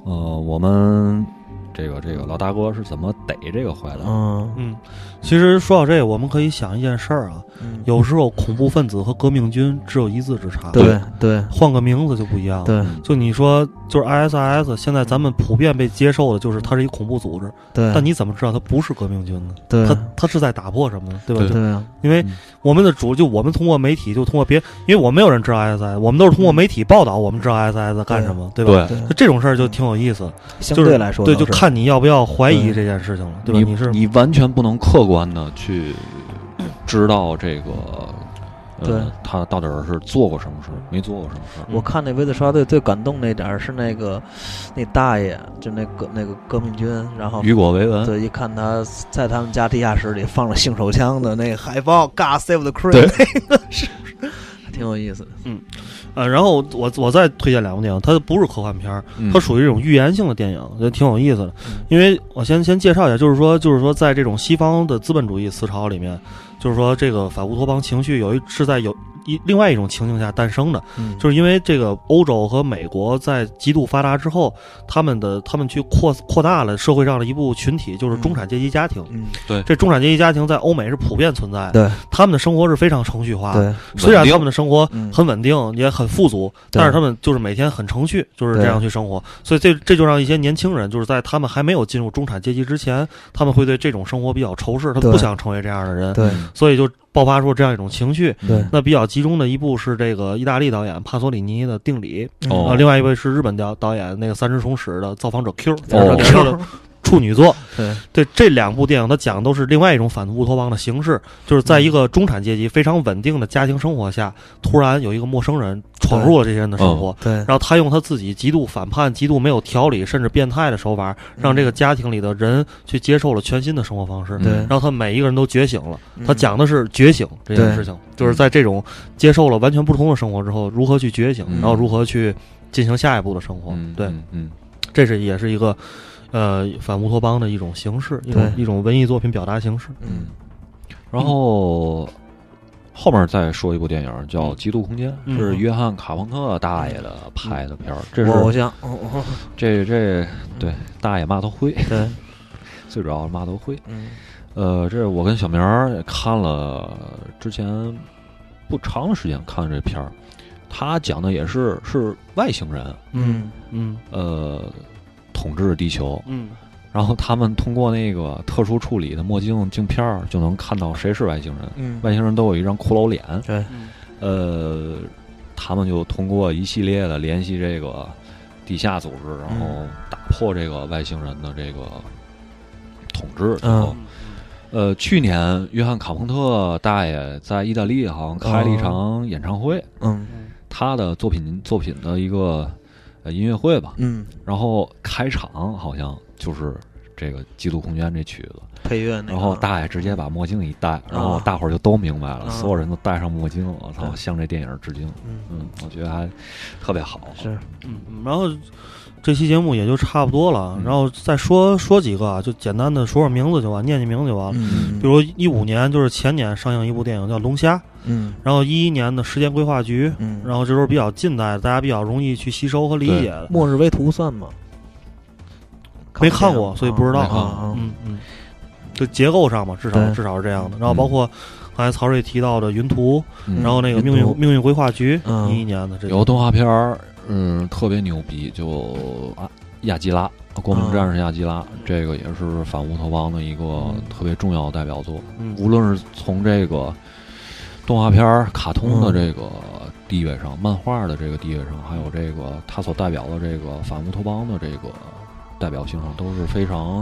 呃，我们这个这个老大哥是怎么逮这个坏蛋？
嗯，
嗯，其实说到这个，我们可以想一件事儿啊，
嗯
有时候恐怖分子和革命军只有一字之
嗯
差，
对对
换个名字就不一样了。
对
就你说，就是 ISIS，现在咱们普遍被接受的就是它是一恐怖组织，
对，
但你怎么知道它不是革命军呢？
对
它它是在打破什么呢？对吧？
对
就
对啊，
因为
嗯
我们的主就我们通过媒体，就通过别，因为我们没有人知道 ISIS，我们都是通过媒体报道，我们知道 ISIS 干什么，对吧？
对，
对，
就这种事儿就挺有意思，
相
就是
对来说
对，
倒，
就是看你要不要怀疑这件事情了，对吧？
你
是嗯
你完全不能客观的去知道这个，呃、
对，
他到底是做过什么事，没做过什么事。
我看那《维特刷队》最感动那点儿是那个那大爷，就那个那个革命军，然
哦
后
雨果维文，
对，一看他在他们家地下室里放了性手枪的那个海报，God Save the Queen，
对
那个是 [laughs] 还挺有意思的。
呃，然后我我再推荐两部电影，它不是科幻片儿，
嗯
它属于这种预言性的电影，就挺有意思的。因为我先先介绍一下，就是说，就是说，在这种西方的资本主义思潮里面，就是说，这个反乌托邦情绪有一是在有一另外一种情境下诞生的，
嗯，
就是因为这个欧洲和美国在极度发达之后，他们的他们去扩扩大了社会上的一部群体，就是中产阶级家庭。
嗯，
这中产阶级家庭在欧美是普遍存在的，
对
他们的生活是非常程序化的。
对，
啊
虽然他们的生活
嗯
很稳定，也很富足，
对
但是他们就是每天很程序，就是这样去生活。所以这这就让一些年轻人，就是在他们还没有进入中产阶级之前，他们会对这种生活比较仇视，他们
对
不想成为这样的人，
对
嗯
所以就爆发出这样一种情绪。
对
那比较集中的一部是这个意大利导演帕索里尼的《定理》，
哦
嗯
啊，另外一位是日本导导演那个三只虫矢的《造访者 Q》，
在这
哦
里
是的 [laughs] 处女作。
对
对这两部电影，它讲的都是另外一种反乌托邦的形式，就是在
嗯
一个中产阶级非常稳定的家庭生活下，突然有一个陌生人闯入了这些人的
嗯
生活，
[laughs] 对，
然后他用他自己极度反叛、极度没有条理甚至变态的手法，让这
嗯
个家庭里的人去接受了全新的生活方式，
对
让他每一个人都觉醒了。他
嗯
讲的是觉醒这件
对
事情，就是在这种接受了完全不同的生活之后，如何去觉醒，
嗯
然后如何去进行下一步的生活。
嗯
对，
嗯嗯
这是也是一个呃反乌托邦的一种形式，一种
对
一种文艺作品表达形式。
嗯
然后后面再说一部电影叫《极度空间》，
嗯
是约翰·卡彭特大爷的拍的片儿。这
我偶
是
像，哦哦
这这
嗯
对大爷骂头灰， [laughs]
对，
最主要是骂头灰。
嗯
呃，这是我跟小明儿也看了之前不长的时间看这片儿，他讲的也是是外星人
嗯
嗯
呃统治地球，
嗯
然后他们通过那个特殊处理的墨镜镜片儿就能看到谁是外星人。
嗯，
外星人都有一张骷髅脸，
对，
呃，他们就通过一系列的联系这个地下组织，然后打破这个外星人的这个统治。最后，呃，去年约翰·卡彭特大爷在意大利好像开了一场演唱会，
嗯
他的作品作品的一个呃音乐会吧，
嗯，
然后开场好像就是这个《极度空间》这曲子。
配乐那个，
然后大爷直接把墨镜一戴，然后
啊
大伙儿就都明白了，
啊
所有人都戴上墨镜，我操，
对
向这电影致敬。
嗯
嗯，我觉得还特别好。
是
嗯，然后。这期节目也就差不多了
嗯，
然后再说说几个啊，就简单的说说名字就完，念念名字就完了。
嗯，
比如一五年就是前年上映一部电影叫《龙虾》，
嗯
然后一一年的《时间规划局》，
嗯，
然后这都是比较近代的，大家比较容易去吸收和理解的。
末日微图算吗？
没看过所以不知道
啊
啊。啊
嗯嗯，就结构上嘛，至少
对
至少是这样的。然后包括刚才曹睿提到的《云图》，
嗯
然后那个《
云
命运
图
命运规划局》，
嗯
一一年的这
有
个。
动画片儿，嗯，特别牛逼，就啊亚基拉。啊光明战士亚基拉，这个也是反乌托邦的一个
啊嗯
特别重要的代表作。
嗯
无论是从这个动画片儿、卡通的
嗯
这个地位上，漫画的这个地位上，还有这个它所代表的这个反乌托邦的这个代表性上，都是非常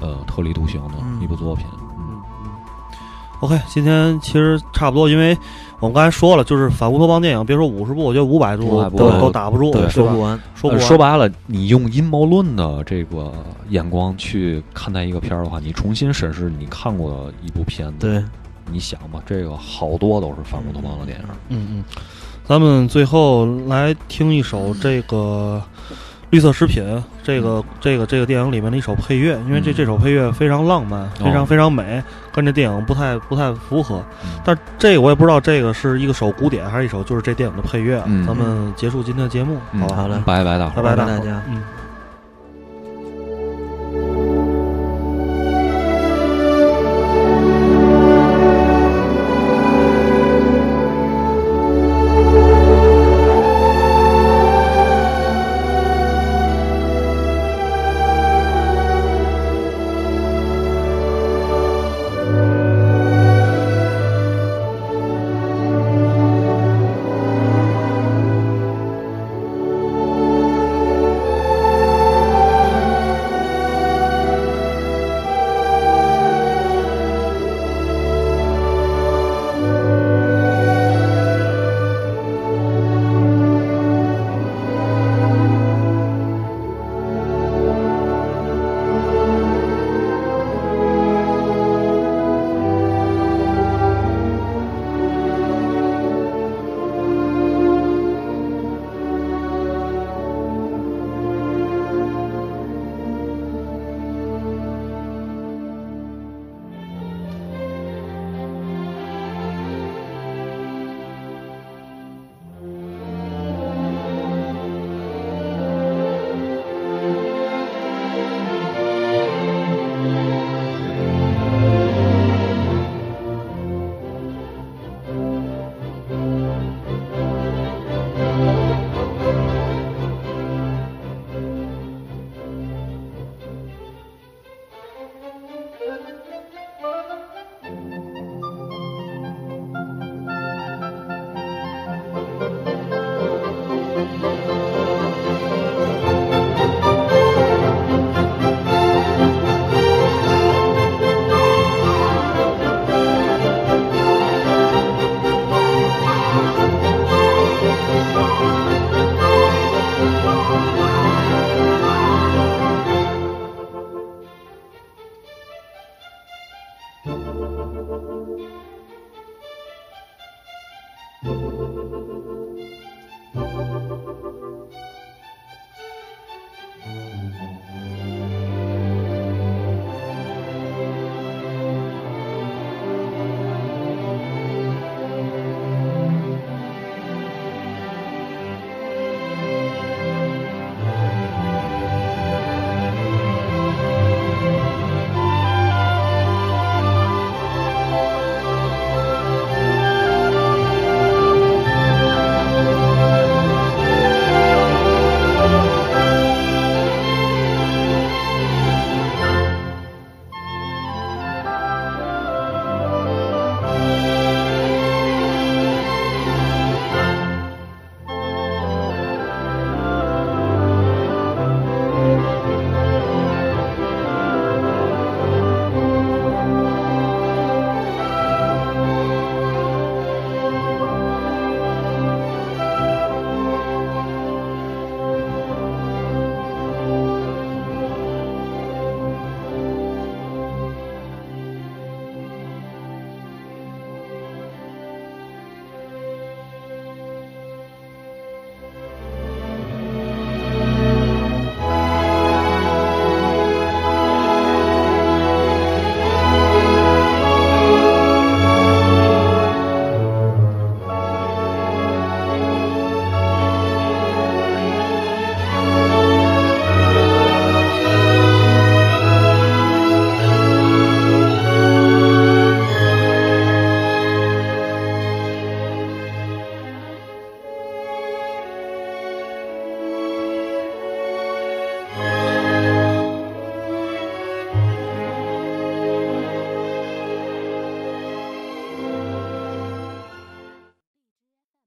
呃特立独行的
嗯
一部作品。
嗯嗯 OK，今天其实差不多，因为我们刚才说了，就是反乌托邦电影，别说五十部，我觉得五百部
500部
都
对
都打不住，
对
说
说不完，
说不
呃
完
说白了，你用阴谋论的这个眼光去看待一个片儿的话，你重新审视你看过的一部片子，
对，
你想吧，这个好多都是反乌托邦的电影。
嗯嗯，咱们最后来听一首这个《绿色食品》这个这个这个电影里面的一首配乐，因为这
嗯
这首配乐非常浪漫，非常非常美，跟这电影不太不太符合。
嗯
但这个我也不知道，这个是一个首古典还是一首就是这电影的配乐啊。
嗯
咱们结束今天的节目，
嗯
好吧？
好嘞
拜拜，大伙儿。
拜拜，
拜拜大家
嗯。